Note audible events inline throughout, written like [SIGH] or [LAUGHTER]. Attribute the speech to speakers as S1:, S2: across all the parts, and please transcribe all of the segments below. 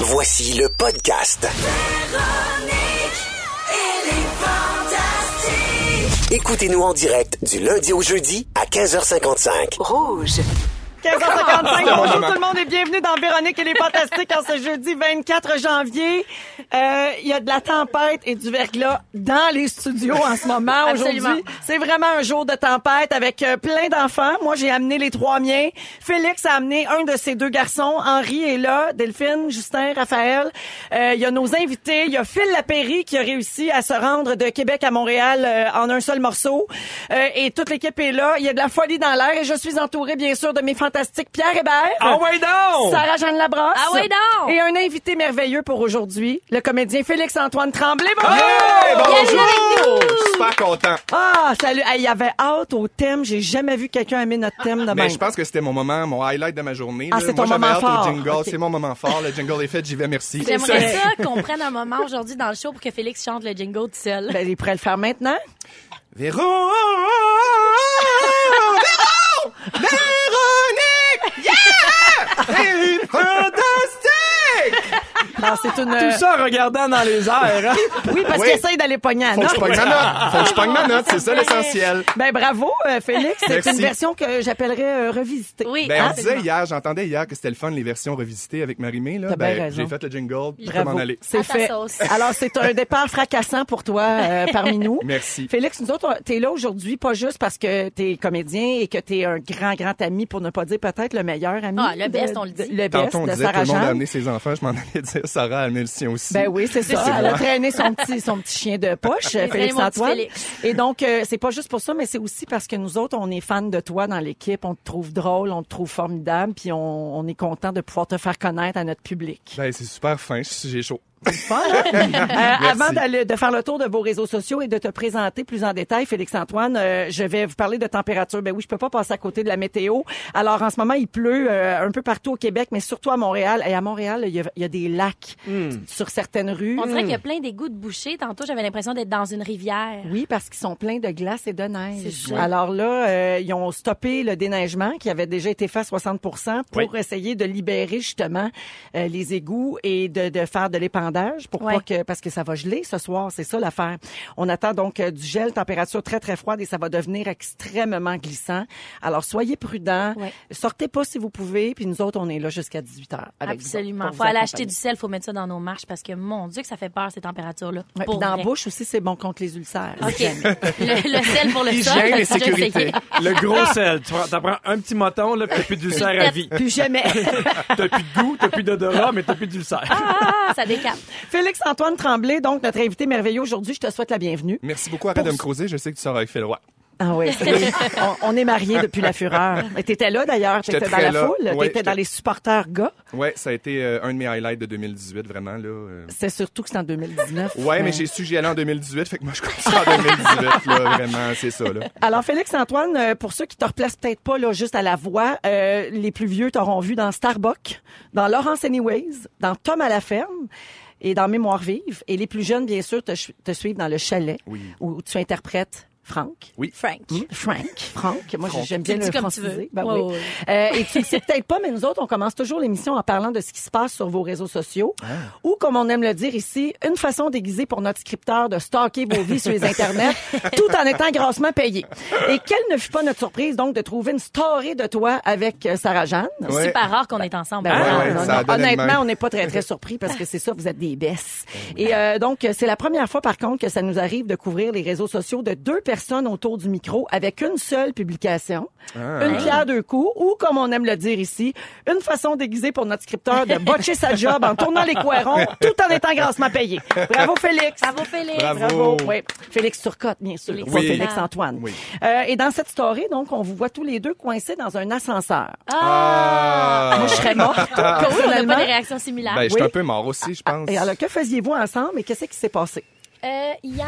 S1: Voici le podcast. Écoutez-nous en direct du lundi au jeudi à 15h55.
S2: Rouge.
S3: 15h55, bonjour tout le monde et bienvenue dans Véronique et les Fantastiques en ce jeudi 24 janvier. Euh, Il y a de la tempête et du verglas dans les studios en ce moment
S4: Absolument.
S3: aujourd'hui. C'est vraiment un jour de tempête avec euh, plein d'enfants. Moi, j'ai amené les trois miens. Félix a amené un de ses deux garçons. Henri est là, Delphine, Justin, Raphaël. Euh, Il y a nos invités. Il y a Phil Lapéry qui a réussi à se rendre de Québec à Montréal euh, en un seul morceau. Euh, et toute l'équipe est là. Il y a de la folie dans l'air et je suis entourée, bien sûr, de mes fantastiques Pierre Hébert.
S5: Ah ouais donc!
S3: Sarah-Jeanne Labrosse.
S4: Ah ouais donc!
S3: Et un invité merveilleux pour aujourd'hui, le comédien Félix-Antoine Tremblay. Bonjour!
S5: Hey,
S4: Bienvenue
S5: bonjour!
S4: avec nous!
S5: Super content.
S3: Ah, salut. Hey, Il y avait hâte au thème. J'ai jamais vu quelqu'un aimer notre thème de
S5: Mais
S3: même.
S5: je pense que c'était mon moment, mon highlight de ma journée.
S3: Ah,
S5: là.
S3: c'est
S5: Moi,
S3: ton
S5: j'avais
S3: moment
S5: hâte
S3: fort.
S5: au jingle.
S3: Ok.
S5: C'est mon moment fort. Le jingle est fait. J'y vais, merci.
S4: J'aimerais ça qu'on prenne un moment aujourd'hui dans le show pour que Félix chante le jingle tout seul.
S3: Ben, il pourrait le faire maintenant.
S5: Véro! Véro! Véronique! Yeah! C'est fantastique!
S3: Non, c'est une...
S6: Tout ça en regardant dans les airs. hein?
S3: [LAUGHS] Oui, parce
S5: Oui.
S3: qu'il essaye d'aller pogner à
S5: Faut que je
S3: Nantes.
S5: pogne ma note. Faut que je pogne ma note. C'est ça l'essentiel.
S3: Ben bravo, euh, Félix. C'est
S5: Merci.
S3: une version que j'appellerais euh, revisitée.
S4: Oui, ah,
S5: Ben, on
S4: absolument.
S5: disait hier, j'entendais hier que c'était le fun, les versions revisitées avec Marie-Mé, là.
S3: T'as bien
S5: Ben,
S3: raison.
S5: j'ai fait le jingle, puis je peux
S3: Bravo.
S5: m'en aller.
S3: C'est
S4: À ta
S3: fait.
S4: sauce.
S3: Alors, c'est un départ fracassant pour toi
S4: [LAUGHS]
S3: euh, parmi nous.
S5: Merci.
S3: Félix, nous autres, on- t'es là aujourd'hui pas juste parce que t'es comédien et que t'es un grand, grand ami, pour ne pas dire peut-être le meilleur ami.
S4: Ah, le
S3: de-
S4: best, on le
S3: de-
S4: dit.
S3: Le best
S5: Tantôt, on
S3: de
S5: disait que tout le monde a
S3: Sarah-Jeanne.
S5: amené ses enfants. Je m'en allais dire, Sarah a amené le sien aussi.
S3: Ben oui, c'est ça.
S5: C'est
S3: Elle a
S5: moi.
S3: traîné son petit, son petit chien de poche,
S4: traîné
S3: Félix
S4: mon petit
S3: Antoine.
S4: Félix.
S3: Et donc, euh, c'est pas juste pour ça, mais c'est aussi parce que nous autres, on est fans de toi dans l'équipe. On te trouve drôle, on te trouve formidable, puis on, on est content de pouvoir te faire connaître à notre public.
S5: Ben, c'est super fin. Je- J'ai chaud.
S3: Euh, avant d'aller- de faire le tour de vos réseaux sociaux et de te présenter plus en détail, Félix-Antoine, euh, je vais vous parler de température. Ben oui, je peux pas passer à côté de la météo. Alors, en ce moment, il pleut euh, un peu partout au Québec, mais surtout à Montréal. Et à Montréal, il y a, il y a des lacs sur certaines rues.
S4: Hmm. On dirait qu'il y a plein d'égouts de bouchées. Tantôt, j'avais l'impression d'être dans une rivière.
S3: Oui, parce qu'ils sont pleins de glace et de
S4: C'est
S3: neige.
S4: sûr.
S3: Alors là, euh, ils ont stoppé le déneigement qui avait déjà été fait à 60 pour essayer de libérer justement euh, les égouts et de, de faire de l'épandage pour
S4: Ouais.
S3: pas que parce que ça va geler ce soir, c'est ça l'affaire. On attend donc euh, du gel, température très très froide et ça va devenir extrêmement glissant. Alors soyez prudents,
S4: Ouais.
S3: sortez pas si vous pouvez, puis nous autres on est là jusqu'à 18 heures.
S5: Ah, ben,
S3: avec vous autres
S4: Absolument.
S3: pour
S4: Faut
S3: vous
S4: aller
S3: accompagner.
S4: acheter du sel, faut mettre ça dans nos marches parce que mon Dieu que ça fait peur ces températures-là.
S3: Ouais,
S4: Pour
S3: puis dans
S4: vrai.
S3: la bouche aussi c'est bon contre les ulcères.
S4: Ok. le, le sel pour le sol.
S5: Hygiène et
S4: ça, j'ai essayé.
S5: sécurité.
S6: Le gros sel. Tu prends, t'en prends un petit moton, là, puis t'as plus d'ulcère à vie. [LAUGHS]
S3: Plus jamais.
S6: T'as plus de goût, t'as plus d'odorat, mais t'as plus d'ulcère.
S4: Ah, ça décape.
S3: Félix-Antoine Tremblay, donc notre invité merveilleux aujourd'hui, je te souhaite la bienvenue.
S5: Merci beaucoup. Arrête de me creuser. Je sais que tu sors avec Phil Roy.
S3: Ah [LAUGHS] oui, on, on est mariés depuis la fureur. Et t'étais là d'ailleurs,
S5: J'étais
S3: t'étais dans
S5: très
S3: la
S5: là.
S3: foule,
S5: Ouais,
S3: t'étais dans
S5: j'étais-
S3: les supporters gars.
S5: Ouais, ça a été euh, un de mes highlights de 2018, vraiment, là. euh.
S3: C'est surtout que c'est en 2019.
S5: Ouais, mais
S3: Euh,
S5: j'ai su que j'y allais en 2018, fait que moi, je compte ça en 2018, là, vraiment, c'est ça, là.
S3: Alors Félix-Antoine, euh, pour ceux qui te replacent peut-être pas là, juste à la voix, euh, les plus vieux t'auront vu dans Starbuck, dans Laurence Anyways, dans Tom à la ferme et dans Mémoire vive. Et les plus jeunes, bien sûr, te, ch- te suivent dans Le Chalet,
S5: Oui.
S3: où tu interprètes Franck.
S5: Oui.
S4: Frank.
S3: Frank. Franck. Moi, j'aime bien
S4: Tu le
S3: le
S4: dis comme tu
S3: franciser.
S4: veux.
S3: Ben
S4: Ouais,
S3: oui.
S4: ouais,
S3: Euh, et tu le sais peut-être pas, mais nous autres, on commence toujours l'émission en parlant de ce qui se passe sur vos réseaux sociaux.
S4: Ah.
S3: Ou, comme on aime le dire ici, une façon déguisée pour notre scripteur de stocker vos vies sur les
S4: [LAUGHS]
S3: internets, tout en étant grassement payé. Et quelle ne fut pas notre surprise, donc, de trouver une story de toi avec euh, Sarah-Jeanne?
S5: Ouais.
S4: Super rare qu'on est ensemble.
S3: Ben,
S5: Ah,
S3: non,
S5: ouais,
S3: non,
S5: ça
S3: non.
S5: a donné de
S3: Honnêtement,
S5: même.
S3: on n'est pas très, très surpris parce que c'est ça, vous êtes des baisses. Et euh, donc, euh, c'est la première fois, par contre, que ça nous arrive de couvrir les réseaux sociaux de deux personnes autour du micro avec une seule publication,
S5: Ah.
S3: une pierre deux coups, ou, comme on aime le dire ici, une façon déguisée pour notre scripteur de botcher sa job en tournant les coirons tout en étant grassement payé. Bravo, Félix!
S4: Bravo, Félix.
S5: Bravo.
S3: Bravo. Oui. Félix Turcotte, bien sûr.
S4: Félix.
S3: Pas
S5: Oui.
S3: Félix Antoine.
S5: Oui.
S3: Euh, et dans cette story, donc, on vous voit tous les deux coincés dans un ascenseur.
S4: Ah!
S3: Moi, je serais
S4: [LAUGHS]
S3: morte,
S5: Ah.
S4: Oui, on n'a
S3: personnellement.
S4: pas des réactions similaires.
S5: Ben, je suis
S3: oui.
S5: un peu mort aussi, je pense.
S3: Et alors, que faisiez-vous ensemble et qu'est-ce qui s'est passé?
S4: Euh, hier,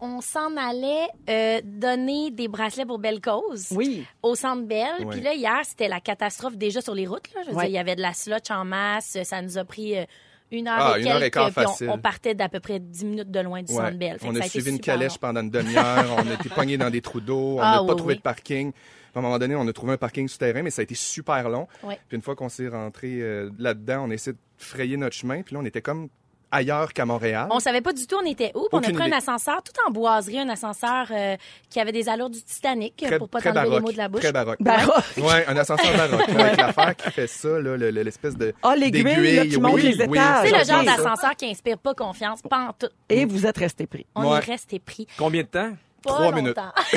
S4: on s'en allait euh, donner des bracelets pour Belle Cause.
S3: Oui.
S4: Au Centre Belle.
S5: Ouais.
S4: Puis là, hier, c'était la catastrophe déjà sur les routes. Là. Je veux
S3: Ouais.
S4: dire, il y avait de la slotch en masse. Ça nous a pris euh, une heure
S5: Ah,
S4: et
S5: une heure et
S4: quelques,
S5: quart
S4: puis on-
S5: facile.
S4: on, partait d'à peu près 10 minutes de loin du
S5: Ouais.
S4: Centre Bell. Fait que
S5: On
S4: ça
S5: a
S4: été
S5: suivi une
S4: super
S5: calèche
S4: long.
S5: pendant une demi-heure. on a été pognés dans des trous d'eau. On
S4: [LAUGHS] Ah,
S5: n'a pas
S4: oui,
S5: trouvé
S4: oui.
S5: de parking. À un moment donné, on a trouvé un parking souterrain, mais ça a été super long.
S4: Ouais.
S5: Puis une fois qu'on s'est rentré euh, là-dedans, on a essayé de frayer notre chemin. Puis là, on était comme ailleurs qu'à Montréal.
S4: On savait pas du tout on était où. puis On a
S5: Aucune
S4: pris un
S5: idée.
S4: ascenseur, tout en boiserie, un ascenseur euh, qui avait des allures du Titanic,
S5: Très-
S4: pour pas
S5: très
S4: t'enlever les
S5: baroque,
S4: mots de la bouche.
S5: Très baroque.
S3: Baroque.
S5: Ouais, un ascenseur baroque.
S4: [LAUGHS]
S5: Avec l'affaire qui fait ça, là, le- le- l'espèce de.
S3: Ah, l'aiguille, là, qui
S5: d'aiguille,
S3: monte les étages.
S4: C'est le
S3: Ah,
S4: genre
S3: j'adore ça.
S4: d'ascenseur qui inspire pas confiance, pas en tout.
S3: Et vous êtes resté pris.
S4: On
S5: Ouais.
S4: y restait pris.
S6: Combien de temps?
S4: Pas
S5: Trois
S4: longtemps. [LAUGHS]
S5: minutes.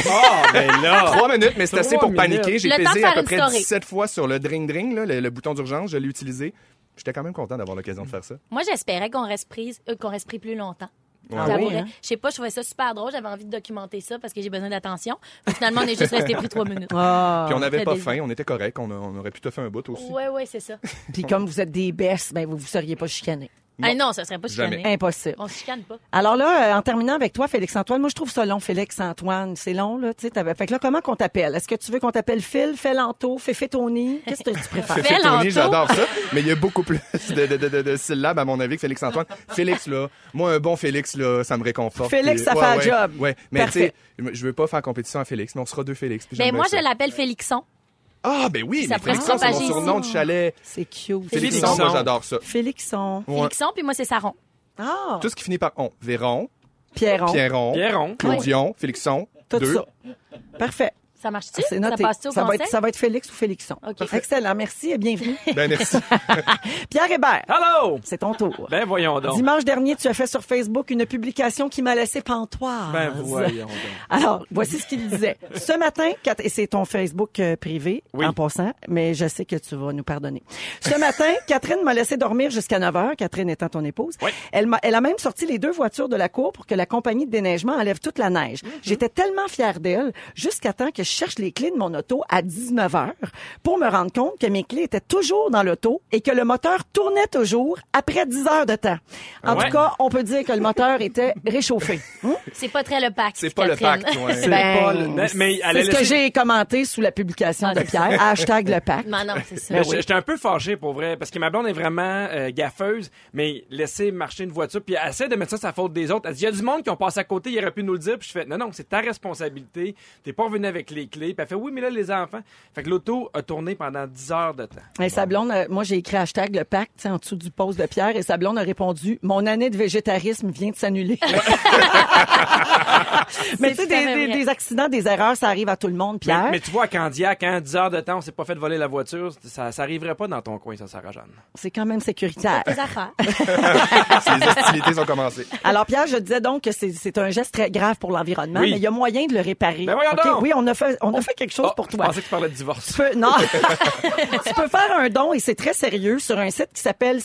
S6: Ah, ben là!
S5: Trois minutes, mais c'est assez
S6: Trois
S5: pour
S6: minutes.
S5: paniquer. J'ai
S4: Le temps de
S5: pesé
S4: faire
S5: à peu
S4: une
S5: près
S4: story.
S5: 17 fois sur le dring-dring, là, le, le bouton d'urgence. Je l'ai utilisé. J'étais quand même content d'avoir l'occasion de faire ça.
S4: Moi, j'espérais qu'on reste prise, euh, qu'on reste pris plus longtemps.
S5: Ouais.
S3: Ah
S4: Je
S3: oui,
S4: t'avouerais.
S3: hein?
S4: Je sais pas, je trouvais ça super drôle. J'avais envie de documenter ça parce que j'ai besoin d'attention. Finalement, on est juste resté pris trois minutes.
S3: [LAUGHS] Ah.
S5: Puis on n'avait
S4: le
S5: pas
S4: désir.
S5: faim, on était correct, on, a- on aurait pu te faire un bout aussi.
S4: Ouais, ouais, c'est ça.
S3: Puis comme vous êtes des besses, ben vous vous seriez pas chicanés.
S4: Non, non ça serait pas
S5: Jamais.
S4: chicané.
S3: Impossible.
S4: On se chicane pas.
S3: Alors là, euh, en terminant avec toi, Félix-Antoine, moi, je trouve ça long, Félix-Antoine. C'est long, là, tu sais. t'avais- Fait que là, comment qu'on t'appelle? Est-ce que tu veux qu'on t'appelle Phil, Félanto, Féfé Tony? Qu'est-ce que tu préfères?
S4: Fais l'entour.
S5: Tony, j'adore
S4: [LAUGHS]
S5: ça, mais il y a beaucoup plus de, de- de- de- de syllabes à mon avis que Félix Antoine. Félix là, moi un bon Félix là, ça me réconforte.
S3: Félix,
S5: Puis-
S3: ça
S5: ouais,
S3: fait un
S5: ouais,
S3: job.
S5: Ouais, mais tu
S3: Parfait.
S5: sais, je veux pas faire compétition à Félix, mais on sera deux Félix. puis
S4: Ben,
S5: j'aime
S4: moi,
S5: bien
S4: je
S5: ça.
S4: l'appelle Félixon.
S5: Ah ben oui,
S4: Ça
S5: mais
S4: pourrait se
S5: Félixon, c'est mon
S4: propager
S5: surnom
S4: ici.
S5: du chalet.
S3: C'est cute.
S5: Félixon,
S6: Félixon.
S5: moi j'adore ça.
S3: Félixon.
S5: Ouais.
S4: Félixon, puis moi, c'est Saron.
S3: Ah!
S5: Tout ce qui finit par on, Véron,
S3: Pierron.
S5: Pierron,
S6: Pierron.
S5: Claudion, Félixon,
S3: Tout
S5: deux.
S3: ça. Parfait.
S4: Ça marche-tu?
S3: Ah, C'est noté.
S4: Ça passe-tu au
S3: va
S4: conseil?
S3: être, ça va être Félix ou Félixon.
S4: OK.
S3: Excellent. Merci et bienvenue.
S5: Ben merci.
S3: Pierre Hébert, Ah!
S6: Allô?
S3: c'est ton tour.
S6: Ben voyons donc.
S3: Dimanche dernier, tu as fait sur Facebook une publication qui m'a laissé pantoise.
S6: Ben voyons donc.
S3: Alors, voici ce qu'il
S6: [LAUGHS]
S3: disait. Ce matin, Cat- et c'est ton Facebook euh, privé,
S6: Oui.
S3: en passant, mais je sais que tu vas nous pardonner. Ce
S6: [LAUGHS]
S3: matin, Catherine m'a laissé dormir jusqu'à 9 heures, Catherine étant ton épouse.
S6: Oui.
S3: Elle, m'a- elle a même sorti les deux voitures de la cour pour que la compagnie de déneigement enlève toute la neige.
S6: Mhm.
S3: J'étais tellement fière d'elle jusqu'à temps que je cherche les clés de mon auto à 19 heures pour me rendre compte que mes clés étaient toujours dans l'auto et que le moteur tournait toujours après 10 heures de temps. En
S6: Ah Ouais.
S3: tout cas, on peut dire que le moteur était
S6: [LAUGHS]
S3: réchauffé. Hein?
S4: C'est pas très le pacte.
S5: C'est pas le
S4: Catherine.
S5: pacte, ouais.
S6: C'est
S3: Ben,
S6: pas le- Mais- Ah, mais elle
S3: C'est
S6: a
S3: ce que
S6: laissé-
S3: j'ai commenté sous la publication de Pierre. Hashtag le pacte.
S4: [LAUGHS] non, non, c'est ça.
S6: Mais j'- Ben, J'étais un peu fâché pour vrai, parce que ma blonde est vraiment euh, gaffeuse, mais laisser marcher une voiture, puis elle essaie de mettre ça sur la faute des autres. Elle dit, il y a du monde qui ont passé à côté, il aurait pu nous le dire, puis je fais, non, non, c'est ta responsabilité, t'es pas revenu avec les clés, puis elle fait, oui, mais là, les enfants. Fait que l'auto a tourné pendant 10 heures de temps.
S3: Et Sablon, euh, moi j'ai écrit hashtag le pacte tu sais, en dessous du post de Pierre et Sablon a répondu Mon année de végétarisme vient de s'annuler. [LAUGHS] Mais tu sais,
S4: tout
S3: des,
S4: à fait
S3: des-
S4: vrai.
S3: des accidents, des erreurs, ça arrive à tout le monde,
S6: Mais,
S3: Pierre.
S6: mais tu vois, à Candiac, hein, 10 heures de temps, on s'est pas fait voler la voiture, ça, ça arriverait pas dans ton coin, ça, Sarah Jeanne.
S3: C'est quand même sécuritaire.
S4: Tes
S3: [LAUGHS]
S4: affaires.
S5: Les hostilités ont commencé.
S3: Alors, Pierre, je disais donc que c'est- c'est un geste très grave pour l'environnement,
S6: Oui.
S3: mais il y a moyen de le réparer.
S6: Ben voyons
S3: OK?
S6: donc!
S3: Oui, on a fait, on a fait quelque chose
S6: Oh,
S3: pour
S6: je
S3: toi.
S6: pensais que tu parlais de
S3: Tu
S6: divorce. [LAUGHS]
S3: peux, non. [LAUGHS] tu peux faire un don et c'est très sérieux sur un site qui s'appelle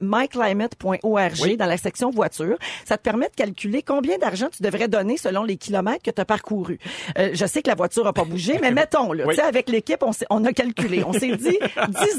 S3: co2.myclimate.org
S6: Oui.
S3: dans la section voiture. Ça te permet de calculer combien d'argent tu devrais donner selon les kilomètres que tu as parcourus. Euh, je sais que la voiture a pas bougé,
S6: [LAUGHS]
S3: mais mettons, là,
S6: Oui.
S3: tu sais, avec l'équipe, on, s'est- on a calculé. On s'est dit 10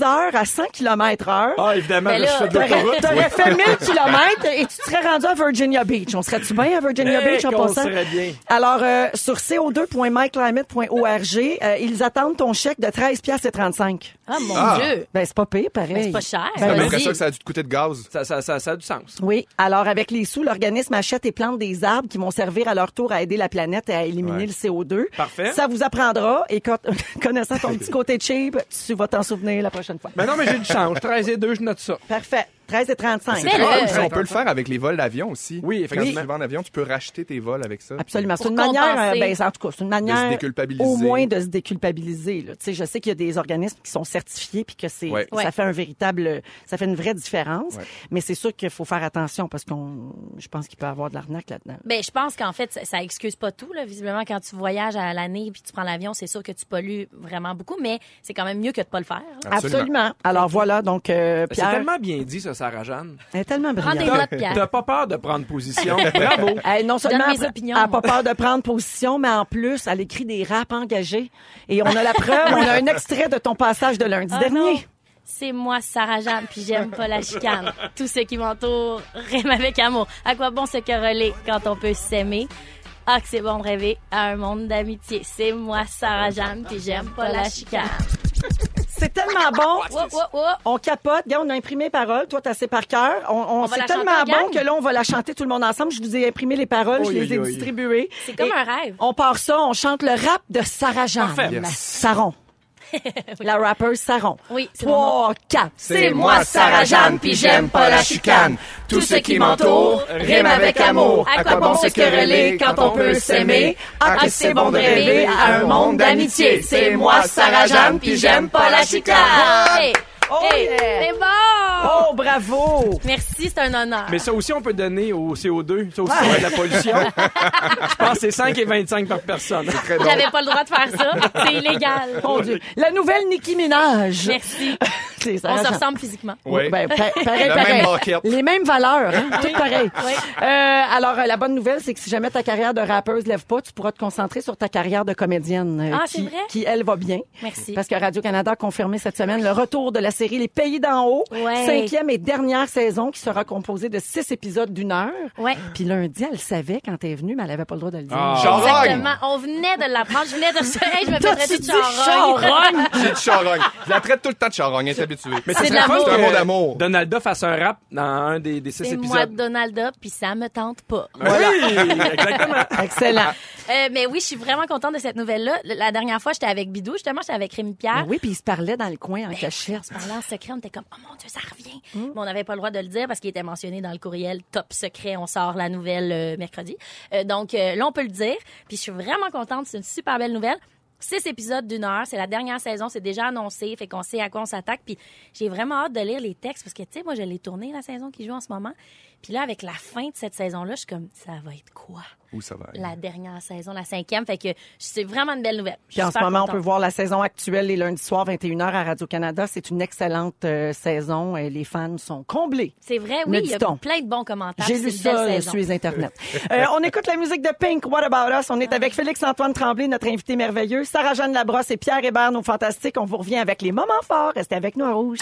S3: heures à 100 km heure.
S6: Ah, évidemment,
S4: Mais
S6: là,
S4: là,
S6: je fais de
S3: T'aurais
S6: l'autoroute.
S3: t'aurais fait 1000
S6: [LAUGHS]
S3: km et tu serais rendu à Virginia Beach. On serait-tu bien à Virginia
S6: Hey,
S3: Beach en
S6: qu'on
S3: passant?
S6: serait bien.
S3: Alors, euh, sur co2.myclimate.org, euh, ils attendent ton chèque de 13,35
S4: Ah, mon
S5: Ah.
S4: Dieu.
S3: Ben, c'est pas pire, pareil. Ben,
S4: C'est pas cher.
S5: C'est à peu
S6: Vas-y.
S5: près ça que ça a dû te coûter de gaz.
S6: Ça, ça, ça, ça a du sens.
S3: Oui. Alors, avec les sous, l'organisme achète et plante des arbres qui vont servir à leur tour à aider la planète et à éliminer
S5: Ouais.
S3: le CO2.
S6: Parfait.
S3: Ça vous apprendra et quand- [LAUGHS] connaissant ton petit côté cheap, tu vas t'en souvenir la prochaine fois.
S6: Mais non, mais j'ai du change. 13 et 2, je note ça.
S3: Parfait. 13,35.
S4: Mais
S5: Ah,
S4: là,
S5: mais on peut le faire avec les vols d'avion aussi.
S6: Oui,
S5: Quand tu
S6: effectivement.
S5: vas en avion, tu peux racheter tes vols avec ça.
S3: Absolument. C'est
S4: Pour
S3: une manière, euh,
S4: compenser.
S3: ben, c'est- en tout cas, c'est une manière
S5: déculpabiliser.
S3: au moins de se déculpabiliser. là. Tu sais, je sais qu'il y a des organismes qui sont certifiés puis que c'est,
S5: Ouais.
S3: ça
S4: Ouais.
S3: fait un véritable, ça fait une vraie différence.
S5: Ouais.
S3: Mais c'est sûr qu'il faut faire attention parce qu'on, je pense qu'il peut y avoir de l'arnaque là-dedans.
S4: Ben, je pense qu'en fait, ça, ça excuse pas tout. Là. Visiblement, quand tu voyages à l'année puis tu prends l'avion, c'est sûr que tu pollues vraiment beaucoup, mais c'est quand même mieux que de pas le faire. hein. là.
S5: Absolument.
S3: Alors voilà, donc euh,
S6: C'est
S3: Pierre
S6: tellement bien dit, ça, Sarah Jeanne.
S3: elle est tellement
S4: Prends des
S3: brillante.
S4: notes,
S6: T'as
S4: Pierre.
S6: pas peur de prendre position. Bravo.
S3: Elle, non seulement
S4: mes
S3: elle, pr-
S4: opinions,
S3: elle a pas
S4: moi.
S3: peur de prendre position, mais en plus, elle écrit des raps engagés. Et on a la preuve, on a un extrait de ton passage de lundi
S4: Ah,
S3: dernier.
S4: non. C'est moi, Sarah Jeanne, puis j'aime pas la
S5: [LAUGHS]
S4: chicane. Tous ceux qui m'entourent rêvent avec amour. À quoi bon se quereller quand on peut s'aimer? Ah, que c'est bon de rêver à un monde d'amitié. C'est moi, Sarah Jeanne, puis j'aime pas la chicane.
S3: C'est tellement bon.
S4: Ouah, ouah, ouah.
S3: On capote. Regarde, on a imprimé les paroles. Toi, t'as assez par cœur. On, on-
S4: On va
S3: c'est
S4: la
S3: tellement
S4: chanter en
S3: bon
S4: gang.
S3: que là, on va la chanter tout le monde ensemble. Je vous ai imprimé les paroles. je
S6: Oui,
S3: les ai
S6: oui, oui.
S3: distribuées.
S4: C'est comme
S3: Et
S4: un rêve.
S3: On part ça. On chante le rap de Sarah Jeanne.
S6: Parfait.
S5: Yes.
S4: [LAUGHS]
S3: Saron. La rappeuse Saron.
S4: Oui, c'est
S3: Trois, quatre.
S5: C'est moi, Sarah Jeanne, puis j'aime pas la chicane. Tout ce qui m'entoure rime avec amour. À quoi bon se quereller quand on peut s'aimer? Ah, que c'est bon de rêver à un monde d'amitié. C'est moi, Sarah Jeanne, puis j'aime pas la chicane.
S4: Hey,
S3: Oh,
S4: hey,
S3: yeah.
S4: C'est bon!
S3: Oh, bravo!
S4: Merci, c'est un honneur.
S6: Mais ça aussi, on peut donner au CO2. Ça aussi, ça va être la pollution. Je pense que c'est 5 et 25 par personne.
S5: Très bon.
S4: J'avais pas le droit de faire ça. C'est illégal.
S3: Mon Dieu. La nouvelle Nicki Minaj.
S4: Merci.
S3: [LAUGHS] C'est Sarah
S4: On se
S3: Jeanne.
S4: ressemble physiquement.
S5: Ouais.
S3: Ben,
S4: [LAUGHS]
S3: pa- pareil,
S5: La
S3: pareil.
S5: même banquette.
S3: Les mêmes valeurs, hein, tout pareil.
S4: Oui.
S3: Euh, alors, euh, la bonne nouvelle, c'est que si jamais ta carrière de rappeuse lève pas, tu pourras te concentrer sur ta carrière de comédienne, euh,
S4: Ah, c'est
S3: qui,
S4: vrai?
S3: qui, elle va bien.
S4: Merci.
S3: Parce que Radio-Canada a confirmé cette semaine le retour de la série Les Pays d'en haut,
S4: Ouais.
S3: cinquième et dernière saison, qui sera composée de six épisodes d'une heure.
S4: Ouais.
S3: Puis lundi, elle savait quand t'es venue, mais elle avait pas le droit de le dire.
S6: Ah.
S5: Charogne!
S4: Exactement. On venait de l'apprendre. Je venais de se. Hey, je me fais
S3: T'as-tu
S4: traiter de
S3: dit
S4: charogne.
S3: charogne?
S5: J'ai dit charogne. Je la traite tout le temps de charogne. Elle est habituée.
S6: Mais
S4: C'est
S6: c'est
S4: de
S6: la
S4: l'amour.
S5: C'est un mot d'amour.
S6: Donalda fasse un rap dans un des, des six
S4: C'est moi,
S6: épisodes.
S4: Donalda, puis ça me tente pas. [LAUGHS]
S6: Oui, exactement.
S5: [LAUGHS]
S3: Excellent.
S4: Euh, mais oui, je suis vraiment contente de cette nouvelle-là. Le- La dernière fois, j'étais avec Bidou, justement, j'étais avec Rémi Pierre.
S3: Ben oui, puis il se parlait dans le coin en
S4: Ben
S3: cachette.
S4: On se parlait en secret, on était comme, oh mon Dieu, ça revient.
S3: Hmm.
S4: Mais on n'avait pas le droit de le dire parce qu'il était mentionné dans le courriel top secret. On sort la nouvelle euh, mercredi. Euh, donc euh, là, on peut le dire. Puis je suis vraiment contente, c'est une super belle nouvelle. Six épisodes d'une heure, c'est la dernière saison, c'est déjà annoncé, fait qu'on sait à quoi on s'attaque. Puis j'ai vraiment hâte de lire les textes parce que, tu sais, moi, je l'ai tourné la saison qui joue en ce moment. Puis là, avec la fin de cette saison-là, je suis comme, ça va être quoi?
S5: Où ça va? aller?
S4: La dernière saison, la cinquième. Fait que c'est vraiment une belle nouvelle. Je suis
S3: Hmm. Puis en ce
S4: super
S3: moment, on
S4: contente.
S3: peut voir la saison actuelle les lundis soirs, 21h à Radio-Canada. C'est une excellente euh, saison et les fans sont comblés.
S4: C'est vrai,
S3: Ne
S4: oui, il y a
S3: dit-on.
S4: plein de bons commentaires.
S3: J'ai
S4: Ah, C'est
S3: lu
S4: une belle
S3: ça euh,
S4: saison.
S3: sur les
S4: [LAUGHS]
S3: Internet. Euh, on écoute la musique de Pink, What About Us. On
S4: Ah
S3: est avec Félix-Antoine Tremblay, notre invité merveilleux, Sarah-Jeanne Labrosse et Pierre Hébert, nos fantastiques. On vous revient avec les moments forts. Restez avec nous à Rouge.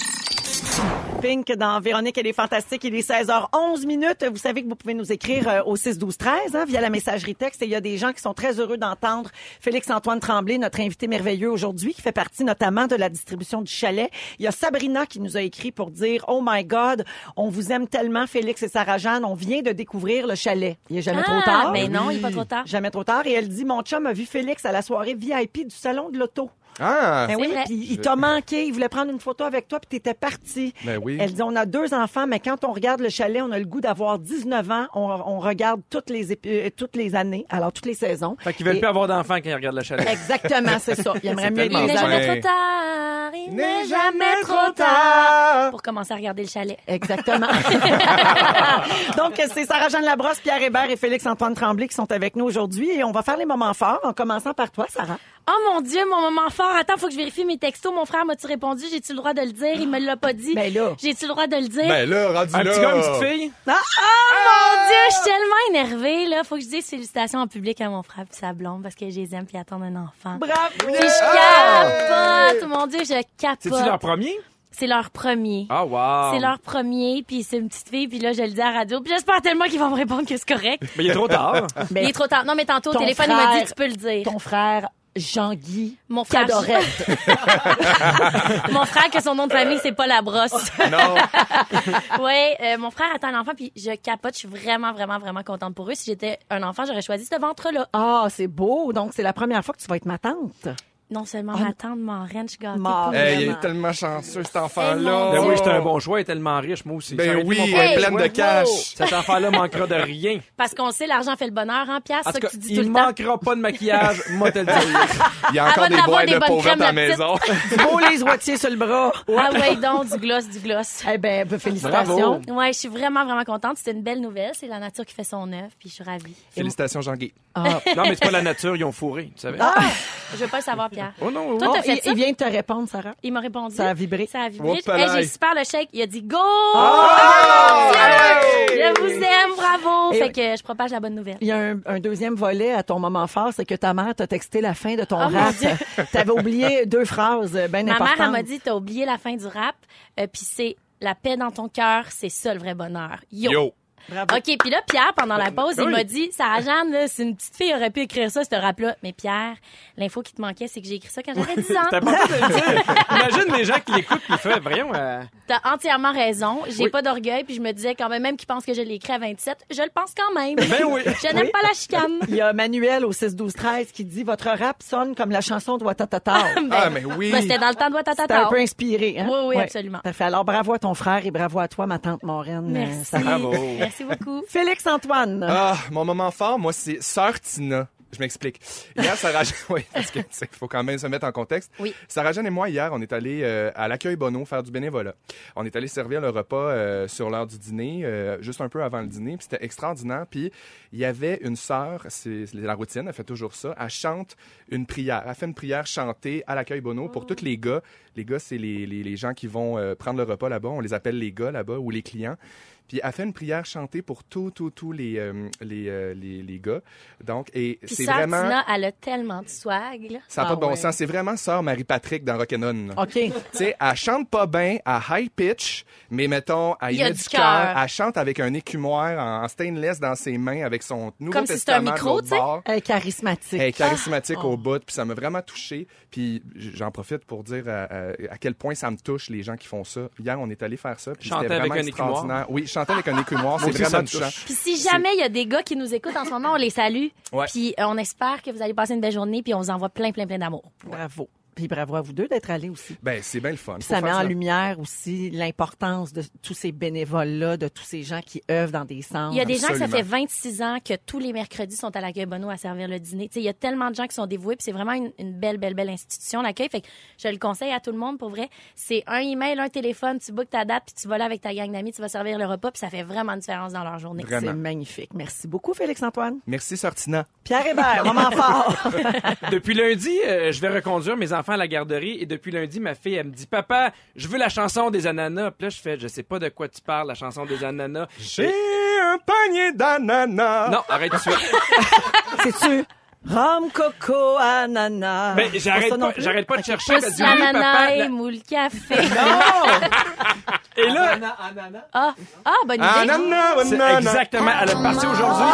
S3: Pink dans Véronique, elle est fantastique. Il est 16h11 minutes. Vous savez que vous pouvez nous écrire euh, au 6 12 13 hein, via la messagerie texte. Et il y a des gens qui sont très heureux d'entendre Félix Antoine Tremblay, notre invité merveilleux aujourd'hui, qui fait partie notamment de la distribution du chalet. Il y a Sabrina qui nous a écrit pour dire Oh my God, on vous aime tellement, Félix et Sarah Jeanne. On vient de découvrir le chalet. Il est jamais
S4: Ah,
S3: trop tard.
S4: mais non, il est pas trop tard.
S3: Jamais trop tard. Et elle dit Mon chum a vu Félix à la soirée VIP du salon de l'auto.
S5: Ah!
S3: Ben
S4: C'est
S3: oui,
S4: vrai.
S3: puis il t'a manqué, il voulait prendre une photo avec toi, puis t'étais parti.
S5: Ben oui.
S3: Elle dit, on a deux enfants, mais quand on regarde le chalet, on a le goût d'avoir 19 ans. On, on regarde toutes les, épi- euh, toutes les années, alors toutes les saisons.
S6: Fait qu'ils veulent
S3: Et-
S6: plus avoir d'enfants quand ils regardent la chalet.
S3: Exactement, c'est ça. Il aimerait mieux
S5: tellement
S4: Il
S3: les
S4: n'est
S3: années.
S5: vrai. Ouais.
S4: jamais trop tard. Il n'est jamais trop tard. Pour commencer à regarder le chalet.
S3: Exactement. [LAUGHS] Donc, c'est Sarah-Jeanne Labrosse, Pierre Hébert et Félix-Antoine Tremblay qui sont avec nous aujourd'hui. Et on va faire les moments forts, en commençant par toi, Sarah.
S4: Oh mon Dieu, mon moment fort. Attends, faut que je vérifie mes textos. Mon frère m'a-tu répondu? J'ai-tu le droit de le dire? Il me l'a pas dit.
S3: Ben là.
S4: J'ai-tu le droit de le dire?
S5: Ben là, rendu
S6: Un
S5: là.
S6: petit gars, une petite fille?
S3: Ah,
S4: Mon Dieu, je suis tellement énervée, là. Faut que je dise félicitations en public à mon frère et sa blonde parce que je les aime puis ils attendent un enfant.
S3: Bravo!
S4: Puis je capote! Mon Dieu, je
S6: C'est-tu leur
S4: capote.
S6: premier?
S4: C'est leur premier.
S6: Ah, wow.
S4: C'est leur premier, puis c'est une petite fille, puis là, je le dis à la radio. Puis j'espère tellement qu'ils vont me répondre que c'est correct.
S6: Mais il est
S4: [LAUGHS]
S6: trop tard.
S3: Mais
S4: il est trop tard. Non, mais tantôt, au
S3: ton
S4: téléphone, il m'a
S3: frère-
S4: dit, tu peux le dire.
S3: Ben, Ton frère, Jean-Guy
S4: Mon frère-
S3: Cadorette.
S4: [LAUGHS] Mon frère, que son nom de famille, c'est pas la brosse.
S5: Non.
S4: [LAUGHS] ouais, euh, mon frère attend un enfant, puis je capote. Je suis vraiment, vraiment, vraiment contente pour eux. Si j'étais un enfant, j'aurais choisi ce ventre-là.
S3: Ah, c'est beau. Donc, c'est la première fois que tu vas être ma tante.
S4: Non seulement ma tante, ma reine, je suis gâtée.
S3: Mort.
S4: pour
S5: Hey, il
S4: vraiment.
S5: est tellement chanceux, cet
S4: mon
S5: enfant-là.
S6: Ben
S4: Oh.
S6: oui, j'étais un bon choix, il est tellement riche, moi aussi. Ça aurait
S5: Ben
S6: été
S5: oui,
S6: mon
S5: elle est
S4: Hey,
S5: pleine de cash.
S6: Cet enfant-là manquera de rien.
S4: Parce qu'on sait, l'argent fait le bonheur, hein, Pierre? C'est
S6: En
S4: ça
S6: tout
S4: que
S6: cas,
S4: tu dis tout
S6: il
S4: le temps.
S6: manquera pas de maquillage,
S4: [LAUGHS]
S6: moi te le dis.
S5: Il y a encore
S4: Avant
S5: des
S4: d'avoir
S5: boîtes
S4: des
S5: de
S4: bonnes
S5: pauvrettes à la
S4: crèmes, la
S5: maison.
S3: Du beau les oitiers sur le bras.
S4: Ah ouais, donc, du gloss, du
S3: [LAUGHS]
S4: gloss.
S3: Eh ben, ben, félicitations.
S6: Bravo.
S4: Ouais, je suis vraiment, vraiment contente. C'est une belle nouvelle. C'est la nature qui fait son œuvre, puis je suis ravie.
S5: [LAUGHS] Félicitations, Jean-Guy.
S3: Ah.
S6: Non, mais c'est pas la nature, ils ont fourré, tu savais.
S4: Ah. Je veux pas le savoir, Pierre.
S6: Oh non,
S4: Toi,
S6: oh.
S4: t'as
S3: il,
S4: fait ça?
S3: il vient de te répondre, Sarah.
S4: Il m'a répondu.
S3: Ça a vibré.
S4: Ça a vibré.
S5: Whoopalaï.
S4: Hey, j'ai super le chèque. Il a dit go!
S6: Ah!
S4: Je vous aime, bravo!
S3: Et
S4: fait
S3: oui.
S4: que je propage la bonne nouvelle.
S3: Il y a un, un deuxième volet à ton moment fort, c'est que ta mère t'a texté la fin de ton
S4: Oh, mon
S3: rap.
S4: Dieu.
S3: [LAUGHS] T'avais oublié deux phrases bien
S4: Ma
S3: importantes.
S4: mère, elle m'a dit, t'as oublié la fin du rap, euh, puis c'est la paix dans ton cœur, c'est ça le vrai bonheur. Yo!
S5: Yo.
S3: Bravo.
S4: OK, puis là, Pierre, pendant la pause,
S6: Ben
S4: il
S6: oui.
S4: m'a dit, Sarah Jeanne, là, si une petite fille aurait pu écrire ça, ce rap-là. Mais Pierre, l'info qui te manquait, c'est que j'ai écrit ça quand
S6: [LAUGHS]
S4: j'avais 10 ans.
S6: C'est important de le dire. Imagine les gens qui l'écoutent et font, voyons, euh,
S4: T'as entièrement raison. J'ai
S6: Oui.
S4: pas d'orgueil, puis je me disais quand même, même qu'ils pensent que je l'ai écrit à 27, je le pense quand même.
S6: Ben oui.
S4: Je n'aime
S3: Oui.
S4: pas la chicane.
S3: Il y a Manuel au 6-12-13 qui dit « Votre rap sonne comme la chanson de
S4: [LAUGHS]
S3: Watatata.
S4: Ben,
S5: Ah, mais oui.
S4: ben, c'était dans le temps de
S3: T'es un
S4: Watatata.
S3: peu inspiré. Hein?
S4: Oui, oui, absolument.
S3: Parfait. Alors, bravo à ton frère et bravo à toi, ma tante Moraine. Euh,
S4: Merci.
S3: ça-
S6: Bravo.
S4: Merci beaucoup.
S3: Félix-Antoine.
S5: Ah, mon moment fort, moi, c'est Sœur Tina. Je m'explique. Hier, Sarah Jeanne- [LAUGHS] oui, parce que, tu sais, faut quand même se mettre en contexte.
S4: Oui.
S5: Sarah Jeanne et moi, hier, on est allés euh, à l'accueil Bonneau faire du bénévolat. On est allés servir le repas euh, sur l'heure du dîner, euh, juste un peu avant le dîner, puis c'était extraordinaire. Puis il y avait une sœur, c'est c'est la routine, elle fait toujours ça, elle chante une prière. Elle fait une prière chantée à l'accueil Bonneau pour tous les gars. Les gars, c'est les, les, les gens qui vont euh, prendre le repas là-bas. On les appelle les gars là-bas ou les clients. Puis elle fait une prière chantée pour tous, tous, tous les, euh, les, euh, les, les gars. Donc, et
S4: Puis
S5: c'est
S4: Sœur
S5: vraiment...
S4: Tina, elle a tellement de swag. Là.
S5: Ça n'a pas de
S4: Ah
S5: bon
S4: ouais.
S5: sens. C'est vraiment sœur Marie-Patrick dans Rock'n'On. là.
S3: OK.
S5: Tu sais, elle chante pas bien à high pitch, mais mettons, elle
S4: Il
S5: y,
S4: y a
S5: met
S4: du
S5: du
S4: cœur.
S5: cœur. Elle chante avec un écumoire en, en stainless dans ses mains, avec son nouveau
S4: Comme si c'était un
S5: Testament de
S4: micro,
S5: l'autre
S4: tu sais. Ah.
S5: bord.
S3: Elle est charismatique.
S5: Elle est charismatique au bout, puis ça m'a vraiment touché. Puis j'en profite pour dire à, à- à quel point ça me touche les gens qui font ça. Hier, on est allé faire ça, puis
S6: Chanter
S5: c'était
S6: avec
S5: vraiment
S6: un écumoire.
S5: extraordinaire. Oui, chanter avec un écumoire, c'est
S6: aussi, ça
S5: vraiment
S6: me touche.
S5: touchant.
S4: Puis si jamais il y a des gars qui nous écoutent en ce moment, on les salue.
S5: Ouais.
S4: Puis euh, on espère que vous allez passer une belle journée, puis on vous envoie plein, plein, plein d'amour.
S3: Bravo. Puis bravo à vous deux d'être allés aussi.
S5: Ben, c'est bien le fun.
S3: Puis
S5: Faut
S3: ça met
S5: faire
S3: en
S5: ça.
S3: lumière aussi l'importance de tous ces bénévoles-là, de tous ces gens qui œuvrent dans des centres.
S4: Il y a des gens que ça fait
S5: Absolument.
S4: 26 ans que tous les mercredis sont à l'accueil Bonneau à servir le dîner. Tu sais, il y a tellement de gens qui sont dévoués, puis c'est vraiment une, une belle, belle, belle institution, l'accueil. Fait que je le conseille à tout le monde, pour vrai. C'est un email, un téléphone, tu bookes ta date, puis tu vas là avec ta gang d'amis, tu vas servir le repas, puis ça fait vraiment une différence dans leur journée.
S5: Vraiment.
S3: C'est magnifique. Merci beaucoup, Félix-Antoine.
S5: Merci, Sortina.
S3: Pierre Hébert,
S6: [LAUGHS]
S3: moment fort.
S6: Depuis lundi, euh, je vais reconduire mes enfants à la garderie et depuis lundi, ma fille, elle me dit Papa, je veux la chanson des ananas. Puis là, je fais Je sais pas de quoi tu parles, la chanson des ananas.
S5: J'ai un panier d'ananas.
S6: Non, arrête tout
S4: [LAUGHS]
S6: de suite.
S3: C'est-tu? Rhum, coco, ananas.
S6: Ben,
S3: C'est
S6: j'arrête
S3: ça non
S6: pas,
S3: plus?
S6: j'arrête pas de chercher. parce
S4: Pousse
S6: que oui, papa,
S4: l'ananas
S6: la-
S4: et moule
S3: [LAUGHS]
S4: café.
S6: Et là,
S4: Ah, ah, bonne idée.
S5: Ananas,
S6: c'est
S5: ananas.
S6: exactement, elle est partie aujourd'hui.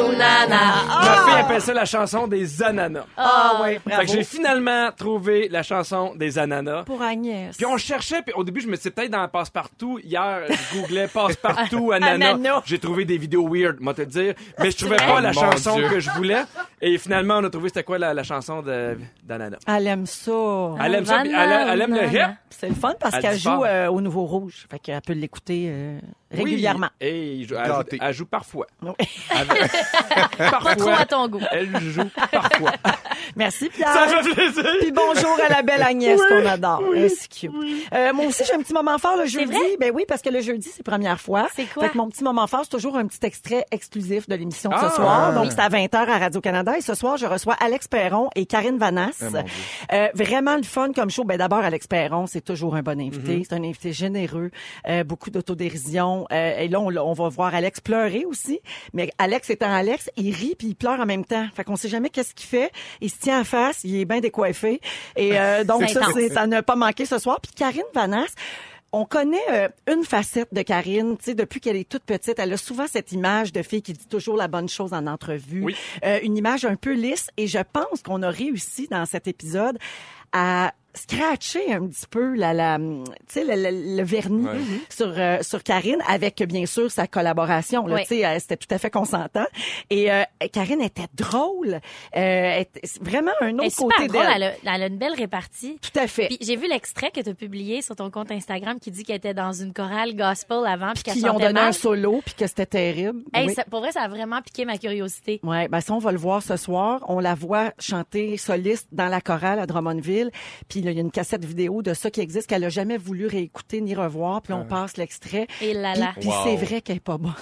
S4: Oh, nana.
S6: Ma fille appelle ça la chanson des ananas.
S3: Ah ouais, bravo.
S6: Fait que j'ai finalement trouvé la chanson des ananas.
S3: Pour Agnès.
S6: Puis on cherchait, puis au début, je me disais peut-être dans passe-partout. Hier, je googlais passe-partout, ananas.
S3: Ananas.
S6: J'ai trouvé des vidéos weird, moi te le dire. Mais je trouvais
S4: vrai?
S6: pas la
S5: Mon
S6: chanson
S5: Dieu.
S6: que je voulais. Et finalement, on a trouvé c'était quoi la, la chanson de- d'ananas.
S3: Elle aime ça.
S6: Elle aime ça, puis elle, elle aime le hip.
S3: C'est le fun parce
S6: Elle
S3: qu'elle
S6: dit
S3: joue
S6: fort.
S3: euh, au Nouveau Rouge. Fait qu'elle peut l'écouter euh, régulièrement.
S6: Oui, Et il joue- elle, joue,
S5: Gâtée.
S6: elle joue parfois.
S3: Oui.
S6: Avec-
S4: Pas trop à
S6: parfois.
S4: ton goût.
S6: Elle joue parfois.
S3: [LAUGHS] Merci, Pierre.
S6: Ça fait plaisir.
S3: Puis bonjour à la belle Agnès qu'on adore. Eh, c'est cute. Euh, moi aussi, j'ai un petit moment fort le jeudi.
S4: vrai?
S3: Ben oui, parce que le jeudi, c'est première fois.
S4: C'est quoi?
S3: Fait que mon petit moment fort, c'est toujours un petit extrait exclusif de l'émission de
S6: Ah!
S3: ce soir. Donc, c'est à 20h à Radio-Canada. Et ce soir, je reçois Alex Perron et Karine Vanasse.
S5: mon Dieu.
S3: Euh, vraiment le fun comme show. Ben d'abord, Alex Perron, c'est toujours un bon invité. C'est un invité généreux, euh, beaucoup d'autodérision. Euh, et là, on, l'a- on va voir Alex pleurer aussi. Mais Alex étant Alex, il rit puis il pleure en même temps. Fait qu'on sait jamais qu'est-ce qu'il fait. Il se tient en face, il est bien décoiffé. Et euh, donc
S4: C'est
S3: ça,
S4: intense.
S3: c'est- ça n'a pas manqué ce soir. Puis Karine Vanasse. On connaît euh, une facette de Karine, tu sais, depuis qu'elle est toute petite, elle a souvent cette image de fille qui dit toujours la bonne chose en entrevue,
S6: Oui.
S3: Euh, une image un peu lisse. Et je pense qu'on a réussi dans cet épisode à scratcher un petit peu la, la tu sais, le, le- le vernis
S5: Ouais.
S3: sur euh, sur Karine avec bien sûr sa collaboration là
S4: Oui.
S3: tu sais euh, c'était tout à fait consentant et euh, Karine était drôle euh, elle était- c'est vraiment un
S4: Elle est
S3: autre
S4: Ben, super
S3: côté
S4: drôle,
S3: d'elle
S4: elle a- elle a une belle répartie.
S3: tout à fait
S4: Puis j'ai vu l'extrait que tu as publié sur ton compte Instagram qui dit qu'elle était dans une chorale gospel avant puis qu'elle
S3: qui ont
S4: chantait
S3: donné
S4: mal.
S3: un solo puis que c'était terrible.
S4: Hey,
S3: Oui.
S4: ça- pour vrai, ça a vraiment piqué ma curiosité.
S3: Ouais, ben ça on va le voir ce soir. On la voit chanter soliste dans la chorale à Drummondville. Puis là, il y a une cassette vidéo de ça qui existe qu'elle a jamais voulu réécouter ni revoir. Puis on passe l'extrait.
S4: Et là
S3: Puis,
S4: là.
S3: puis
S5: Wow.
S3: c'est vrai qu'elle est pas
S4: [LAUGHS]
S3: bonne.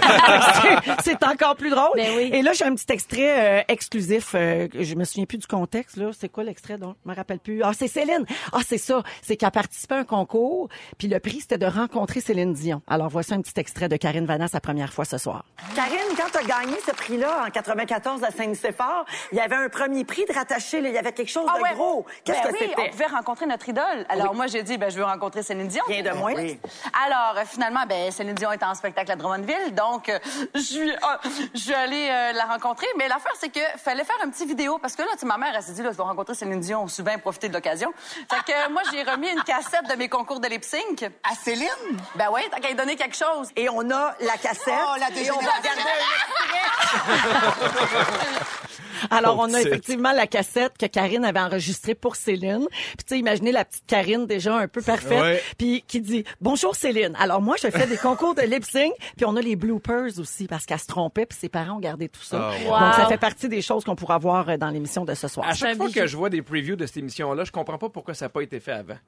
S3: C'est- c'est encore plus drôle.
S4: Ben oui.
S3: Et là j'ai un petit extrait euh, exclusif. euh, que je me souviens plus du contexte là. C'est quoi l'extrait donc Je me rappelle plus. Ah c'est Céline. Ah c'est ça. C'est qu'elle participait à un concours. Puis le prix c'était de rencontrer Céline Dion. Alors voici un petit extrait de Karine Vanasse sa première fois ce soir.
S2: Karine, quand tu as gagné ce prix-là
S4: Ah Ben
S2: en 94 à Saint-Nicéphore, il y avait un premier prix de rattaché. là. Il y avait quelque chose de gros. Qu'est-ce que
S7: Ah Ben oui, on
S3: c'était.
S7: pouvait rencontrer notre idole. Alors moi, j'ai dit, ben, je veux rencontrer Céline Dion.
S2: Rien de moins.
S7: Oui. Alors euh, finalement, ben, Céline Dion est en spectacle à Drummondville, donc euh, je suis, ah, je suis allée euh, la rencontrer. Mais l'affaire, c'est que fallait faire un petit vidéo parce que là, tu sais, ma mère, elle s'est dit, là, tu vas rencontrer Céline Dion, on bien profiter de l'occasion. Fait que euh, moi, j'ai remis une cassette de mes concours de lip sync.
S8: À Céline?
S7: Ah, Ben oui, t'as qu'à lui donner quelque chose.
S2: Et on a la cassette.
S8: Oh, la
S2: et on va
S8: dégénération.
S2: regarder un-
S3: Alors, on
S5: Pauvre
S3: a
S5: petite.
S3: effectivement la cassette que Karine avait enregistrée pour Céline. Puis, tu sais, imaginez la petite Karine déjà un peu parfaite,
S5: Ouais.
S3: puis qui dit « Bonjour Céline, alors moi, je fais des concours de lip-sync, puis on a les bloopers aussi, parce qu'elle se trompait, puis ses parents ont gardé tout ça.
S5: Ah,
S4: wow.
S3: Donc, ça
S4: Wow.
S3: fait partie des choses qu'on pourra voir euh, dans l'émission de ce soir.
S6: À chaque
S4: un
S6: fois
S4: bijou.
S6: que je vois des previews de cette émission-là, je comprends pas pourquoi ça n'a pas été fait avant.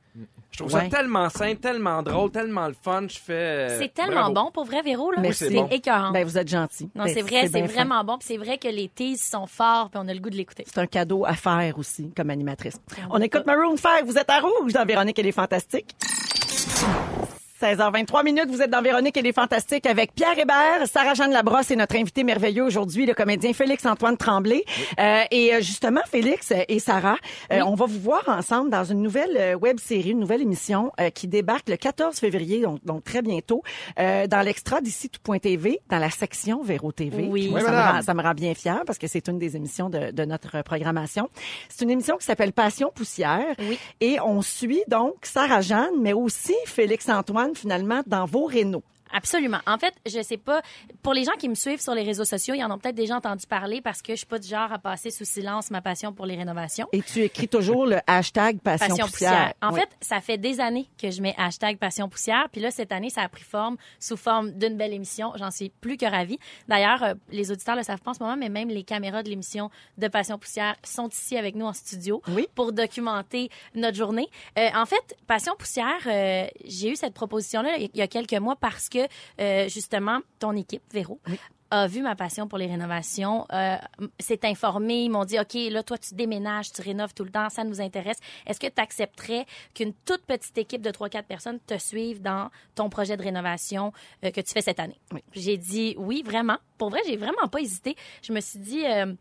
S6: Je trouve
S3: Ouais.
S6: ça tellement simple, tellement drôle, tellement le fun. Je fais. euh,
S4: C'est tellement
S6: bravo.
S4: bon pour vrai, Véro. Là.
S3: Euh, Mais
S6: c'est bon.
S4: écœurant.
S3: Ben, vous êtes gentil.
S4: non, c'est vrai, c'est
S3: bien fin.
S4: vraiment bon. Puis c'est vrai que les teases sont forts, puis on a le goût de l'écouter.
S3: C'est un cadeau à faire aussi, comme animatrice. On écoute Maroon 5. Vous êtes à Rouge dans Véronique et les Fantastiques. 16h23 minutes, vous êtes dans Véronique et les Fantastiques avec Pierre Hébert, Sarah-Jeanne Labrosse et notre invité merveilleux aujourd'hui, le comédien Félix-Antoine Tremblay. Euh, et euh, justement, Félix et Sarah, euh, on va vous voir ensemble dans une nouvelle euh, web-série, une nouvelle émission euh, qui débarque le 14 février, donc, donc très bientôt, euh, dans l'extra d'ici tout.tv, dans la section Véro TV.
S4: Oui.
S3: Puis
S4: Oui,
S3: ça, me
S5: madame.
S3: rend, ça me rend bien fière parce que c'est une des émissions de, de notre programmation. C'est une émission qui s'appelle Passion poussière.
S4: Oui.
S3: Et on suit donc Sarah Jeanne, mais aussi Félix Antoine finalement dans vos rénaux.
S4: Absolument. En fait, je sais pas. Pour les gens qui me suivent sur les réseaux sociaux, ils en ont peut-être déjà entendu parler parce que je suis pas du genre à passer sous silence ma passion pour les rénovations.
S3: Et tu écris toujours le hashtag Passion,
S4: Passion
S3: poussière.
S4: poussière. En
S3: Oui.
S4: fait, ça fait des années que je mets hashtag Passion poussière. Puis là, cette année, ça a pris forme sous forme d'une belle émission. J'en suis plus que ravie. D'ailleurs, euh, les auditeurs le savent pas en ce moment, mais même les caméras de l'émission de Passion poussière sont ici avec nous en studio
S3: Oui.
S4: pour documenter notre journée. Euh, en fait, Passion poussière, euh, j'ai eu cette proposition-là il y a quelques mois parce que, euh, justement, ton équipe, Véro, a vu ma passion pour les rénovations, euh, m- s'est informé, ils m'ont dit, OK, là, toi, tu déménages, tu rénoves tout le temps, ça nous intéresse. Est-ce que tu accepterais qu'une toute petite équipe de 3-4 personnes te suive dans ton projet de rénovation euh, que tu fais cette année?
S3: Oui.
S4: Puis J'ai dit oui, vraiment. Pour vrai, j'ai vraiment pas hésité. Je me suis dit... euh,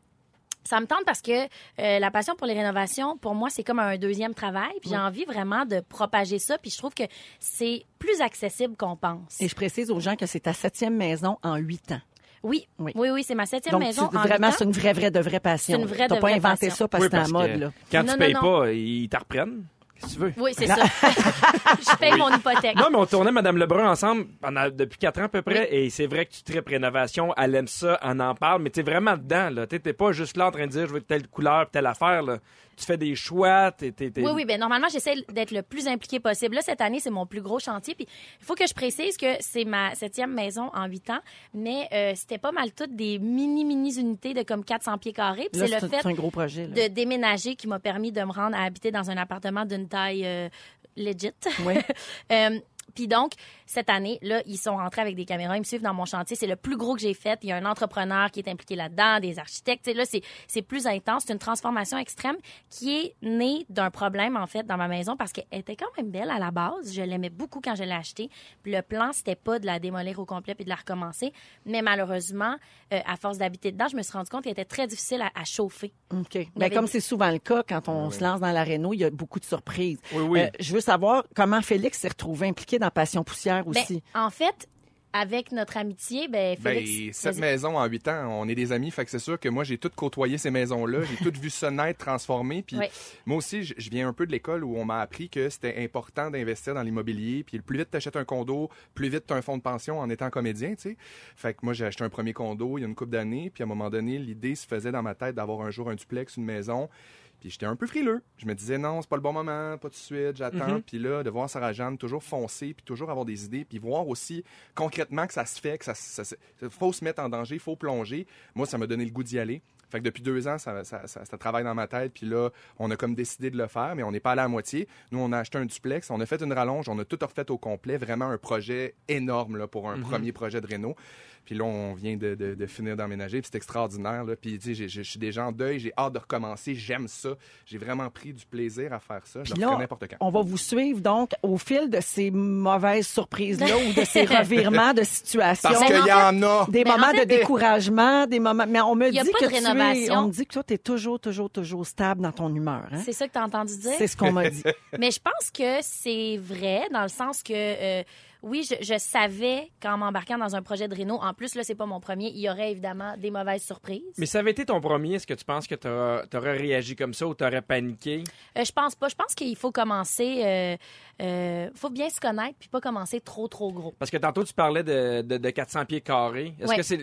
S4: ça me tente parce que euh, la passion pour les rénovations, pour moi, c'est comme un deuxième travail. Puis j'ai envie vraiment de propager ça. Puis je trouve que c'est plus accessible qu'on pense.
S3: Et je précise aux gens que c'est ta septième maison en huit ans.
S4: Oui,
S3: Oui.
S4: oui, oui, c'est ma septième
S3: Donc,
S4: maison.
S3: tu-
S4: en
S3: vraiment,
S4: huit ans.
S3: c'est une vraie, vraie, de vraie passion.
S4: C'est une vraie
S3: T'as
S4: de
S3: pas
S4: vraie
S3: inventé
S4: passion.
S3: ça parce
S6: Oui,
S3: que c'est en
S6: parce
S3: mode,
S6: que
S3: là.
S6: Quand
S4: Non,
S6: tu
S4: non,
S6: payes
S4: non.
S6: pas, ils t'en reprennent. Qu'est-ce que tu veux?
S4: Oui, c'est ça. [LAUGHS] je paye mon hypothèque.
S6: Non, mais on tournait Madame Lebrun ensemble pendant, depuis quatre ans à peu près, et c'est vrai que tu tripes rénovation, elle aime ça, on en parle, mais t'es vraiment dedans, là. T'es t'es pas juste là en train de dire je veux telle couleur, telle affaire, là. Tu fais des choix, t'es. t'es- t'es-
S4: Oui, oui, ben normalement, j'essaie d'être le plus impliqué possible. Là, cette année, c'est mon plus gros chantier. Puis il faut que je précise que c'est ma septième maison en huit ans, mais euh, c'était pas mal toutes des mini, mini unités de comme 400 pieds carrés. Puis
S3: Là,
S4: c'est le
S3: c'est
S4: fait
S3: c'est un gros projet. là.
S4: de déménager qui m'a permis de me rendre à habiter dans un appartement d'une taille euh, legit.
S3: Oui.
S4: [LAUGHS] Euh, Puis donc, cette année, là, ils sont rentrés avec des caméras, ils me suivent dans mon chantier. C'est le plus gros que j'ai fait. Il y a un entrepreneur qui est impliqué là-dedans, des architectes. Tu sais, là, c'est- c'est plus intense. C'est une transformation extrême qui est née d'un problème, en fait, dans ma maison parce qu'elle était quand même belle à la base. Je l'aimais beaucoup quand je l'ai achetée. Puis le plan, c'était pas de la démolir au complet puis de la recommencer. Mais malheureusement, euh, à force d'habiter dedans, je me suis rendu compte qu'elle était très difficile à- à chauffer.
S3: OK. Ben,
S4: Il y avait
S3: comme
S4: des-
S3: c'est souvent le cas, quand
S6: Ah
S3: on se lance dans la réno, il y a beaucoup de surprises.
S6: Oui, oui.
S3: Euh, je veux savoir comment Félix s'est retrouvé impliqué dans Passion Poussière
S4: Ben,
S3: aussi.
S4: en fait, avec notre amitié, ben,
S5: Ben,
S4: Félix.
S5: cette
S4: vas-y.
S5: maison en 8 ans, on est des amis, fait que c'est sûr que moi, j'ai tout côtoyé ces maisons-là, j'ai tout vu se naître, transformer, puis
S4: Ouais.
S5: moi aussi, je- je viens un peu de l'école où on m'a appris que c'était important d'investir dans l'immobilier, puis le plus vite t'achètes un condo, plus vite t'as un fonds de pension en étant comédien, tu sais. Fait que moi, j'ai acheté un premier condo il y a une couple d'années, puis à un moment donné, l'idée se faisait dans ma tête d'avoir un jour un duplex, une maison, puis j'étais un peu frileux. Je me disais non, c'est pas le bon moment, pas tout de suite, j'attends. Puis là, de voir Sarah Jeanne toujours foncer, puis toujours avoir des idées, puis voir aussi concrètement que ça se fait, que ça, se- ça se- faut se mettre en danger, faut plonger. Moi, ça m'a donné le goût d'y aller. Fait que depuis deux ans, ça, ça, ça- ça travaille dans ma tête. Puis là, on a comme décidé de le faire, mais on n'est pas allé à moitié. Nous, on a acheté un duplex, on a fait une rallonge, on a tout refait au complet. Vraiment un projet énorme là, pour un
S3: Mhm.
S5: premier projet de réno. Puis là, on vient de, de- de finir d'emménager. Puis c'est extraordinaire. Là. Puis tu sais, j'ai- je je suis déjà en deuil, j'ai hâte de recommencer. J'aime ça. J'ai vraiment pris du plaisir à faire ça. Je
S3: Puis
S5: le
S3: là,
S5: ferai n'importe quand.
S3: on va vous suivre donc au fil de ces mauvaises surprises-là ou de
S4: [LAUGHS]
S3: ces revirements de situation.
S5: Parce
S4: Mais
S5: qu'il
S4: en
S5: y en a.
S3: Des
S4: Mais Ben, en
S3: moments
S4: fait-
S3: de découragement, des moments. Mais on me
S4: Il y a
S3: dit
S4: pas
S3: que
S4: de
S3: tu
S4: l'observation.
S3: On me dit que toi, tu es toujours, toujours, toujours stable dans ton humeur. hein?
S4: C'est ça que tu as entendu dire?
S3: C'est ce qu'on m'a dit.
S4: Mais je pense que c'est vrai dans le sens que euh, oui, je, je savais qu'en m'embarquant dans un projet de Renault, en plus là c'est pas mon premier, il y aurait évidemment des mauvaises surprises.
S6: Mais ça avait été ton premier, est-ce que tu penses que t'auras- t'aurais réagi comme ça ou t'aurais paniqué?
S4: Euh, je pense pas, je pense qu'il faut commencer euh, euh, faut bien se connaître puis pas commencer trop trop gros.
S6: Parce que tantôt, tu parlais de, de- de 400 pieds carrés. Est-ce
S4: Ouais.
S6: que c'est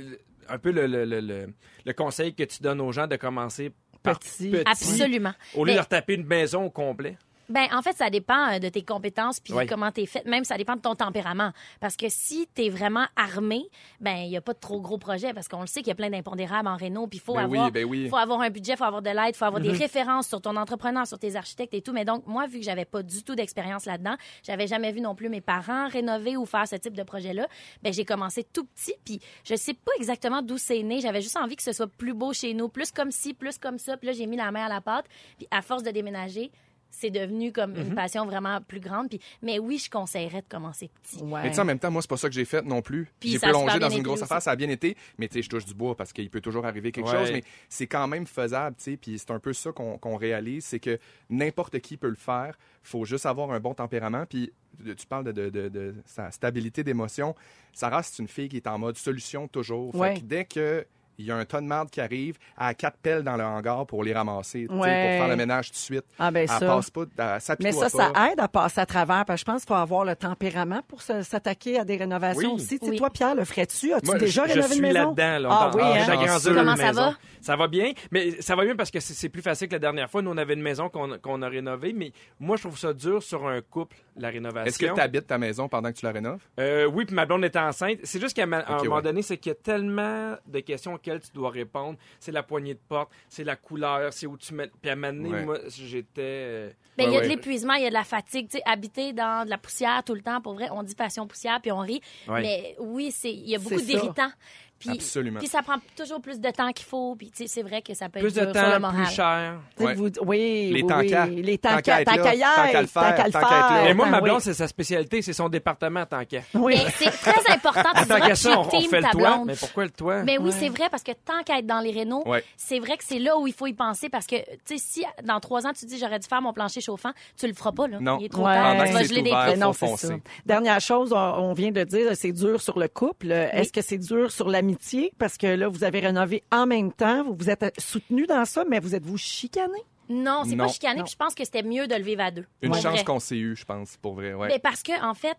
S6: un peu le, le- le- le- le conseil que tu donnes aux gens de commencer par
S3: Petit.
S6: petit,
S4: Absolument.
S6: au lieu
S4: Mais-
S6: de leur taper une maison au complet?
S4: Ben, en fait, ça dépend euh, de tes compétences puis
S6: Oui.
S4: comment t'es faite. Même, ça dépend de ton tempérament. Parce que si t'es vraiment armé, ben, il y a pas de trop gros projets parce qu'on le sait qu'il y a plein d'impondérables en réno puis faut
S9: Ben oui,
S4: avoir,
S9: ben oui. Mhm.
S4: faut avoir un budget, faut avoir de l'aide, faut avoir des références sur ton entrepreneur, sur tes architectes et tout. Mais donc, moi, vu que j'avais pas du tout d'expérience là-dedans, j'avais jamais vu non plus mes parents rénover ou faire ce type de projet-là. Ben, j'ai commencé tout petit puis je sais pas exactement d'où c'est né. J'avais juste envie que ce soit plus beau chez nous, plus comme ci, plus comme ça. Puis là, j'ai mis la main à la pâte puis à force de déménager c'est devenu comme
S9: Mhm.
S4: une passion vraiment plus grande. Puis, mais oui, je conseillerais de commencer petit.
S9: Mais tu sais, en même temps, moi, c'est pas ça que j'ai fait non plus.
S4: Puis
S9: J'ai
S4: ça a super
S9: plongé
S4: bien
S9: dans une
S4: été
S9: grosse
S4: aussi.
S9: affaire, ça a bien été, mais tu sais, je touche du bois parce qu'il peut toujours arriver quelque
S6: Ouais.
S9: chose, mais c'est quand même faisable, tu sais, puis c'est un peu ça qu'on qu'on réalise, c'est que n'importe qui peut le faire, faut juste avoir un bon tempérament, puis de- tu parles de, de- de- de sa stabilité d'émotion. Sarah, c'est une fille qui est en mode solution toujours. Fait
S3: Ouais.
S9: que dès que il y a un ton de marde qui arrive, à quatre pelles dans le hangar pour les ramasser, tu sais, pour
S3: Ouais.
S9: faire le ménage tout de suite.
S3: Ah, ben
S9: elle
S3: ça.
S9: passe pas, elle s'apitoie
S3: Mais ça,
S9: pas.
S3: ça aide à passer à travers. Parce que je pense qu'il faut avoir le tempérament pour se- s'attaquer à des rénovations
S6: Oui.
S3: aussi. Tu sais,
S4: Oui.
S3: Toi, Pierre, le ferais-tu? As-tu
S6: Moi,
S3: déjà
S6: je, je
S3: rénové
S6: suis
S3: une maison?
S6: là-dedans. Là,
S3: ah
S6: dans-
S3: oui,
S6: dans-
S3: hein?
S6: dans la grandeur
S4: Comment
S6: d'une
S4: ça
S6: maison.
S4: va?
S6: Ça va bien, mais ça va bien parce que c'est c'est plus facile que la dernière fois. Nous, on avait une maison qu'on qu'on a rénovée, mais moi, je trouve ça dur sur un couple, la rénovation.
S9: Est-ce que tu habites ta maison pendant que tu la rénoves?
S6: Euh, oui, puis ma blonde était enceinte. C'est juste qu'à ma- à un
S9: Ok,
S6: moment
S9: ouais.
S6: donné, c'est qu'il y a tellement de questions auxquelles tu dois répondre. C'est la poignée de porte, c'est la couleur, c'est où tu mets. Puis à un moment donné,
S9: Ouais.
S6: moi, j'étais. euh,
S4: Ben, il y a
S9: Ouais,
S4: de
S9: ouais.
S4: l'épuisement, il y a de la fatigue. Tu sais, habiter dans de la poussière tout le temps, pour vrai, on dit passion poussière, puis on rit.
S6: Ouais.
S4: Mais oui, c'est il y a beaucoup
S3: C'est ça.
S4: d'irritants. Puis,
S9: Absolument.
S4: Puis ça prend toujours plus de temps qu'il faut. Puis tu sais, c'est vrai que ça peut
S6: Plus de
S4: être dur euh, sur le
S6: temps,
S4: moral.
S6: plus cher.
S3: Tu sais,
S9: Ouais.
S3: vous- oui,
S9: Les
S3: oui,
S9: tant
S3: oui.
S9: qu'à.
S3: Les
S9: Tant
S3: tant
S9: qu'à
S3: qu'à,
S9: être là,
S3: tant qu'à y
S9: tant
S3: aller,
S9: qu'à le
S3: tant
S9: faire,
S3: qu'à le
S9: tant qu'à être là.
S3: faire. Ben
S6: Mais moi, ma
S3: Oui.
S6: blonde, c'est sa spécialité, c'est son département en tant qu'à.
S3: Oui.
S4: Mais Ah, c'est très important. tu
S6: Tant
S4: diras
S6: qu'à ça, on
S4: que tu
S6: refait
S4: ta
S6: le toit.
S4: blonde.
S6: Mais pourquoi le toit?
S4: Mais oui, c'est vrai, parce que tant qu'à être dans les rénaux,
S9: Ouais.
S4: c'est vrai que c'est là où il faut y penser. Parce que, tu sais, si dans trois ans, tu dis j'aurais dû faire mon plancher chauffant, tu le feras pas, là.
S9: Non.
S4: Il est trop
S3: Ouais.
S4: tard.
S3: Pendant
S4: Tu
S3: que
S4: vas
S9: c'est
S4: geler des
S9: ouvert,
S4: couilles.
S3: Mais Ben non,
S9: faut
S3: c'est ça.
S9: foncer.
S3: Dernière chose, on, on vient de dire, c'est dur sur le couple. Est-ce que c'est dur sur l'amitié? Parce que là, vous avez rénové en même temps, vous vous êtes soutenu dans ça, mais vous êtes-vous chicané?
S4: Non, c'est
S9: Non.
S4: pas chicané,
S3: Non.
S4: puis je pense que c'était mieux de le vivre à deux.
S9: Une
S4: Pour
S9: chance
S4: vrai.
S9: qu'on s'est eu, je pense, pour vrai. Ouais.
S4: Mais parce que, en fait,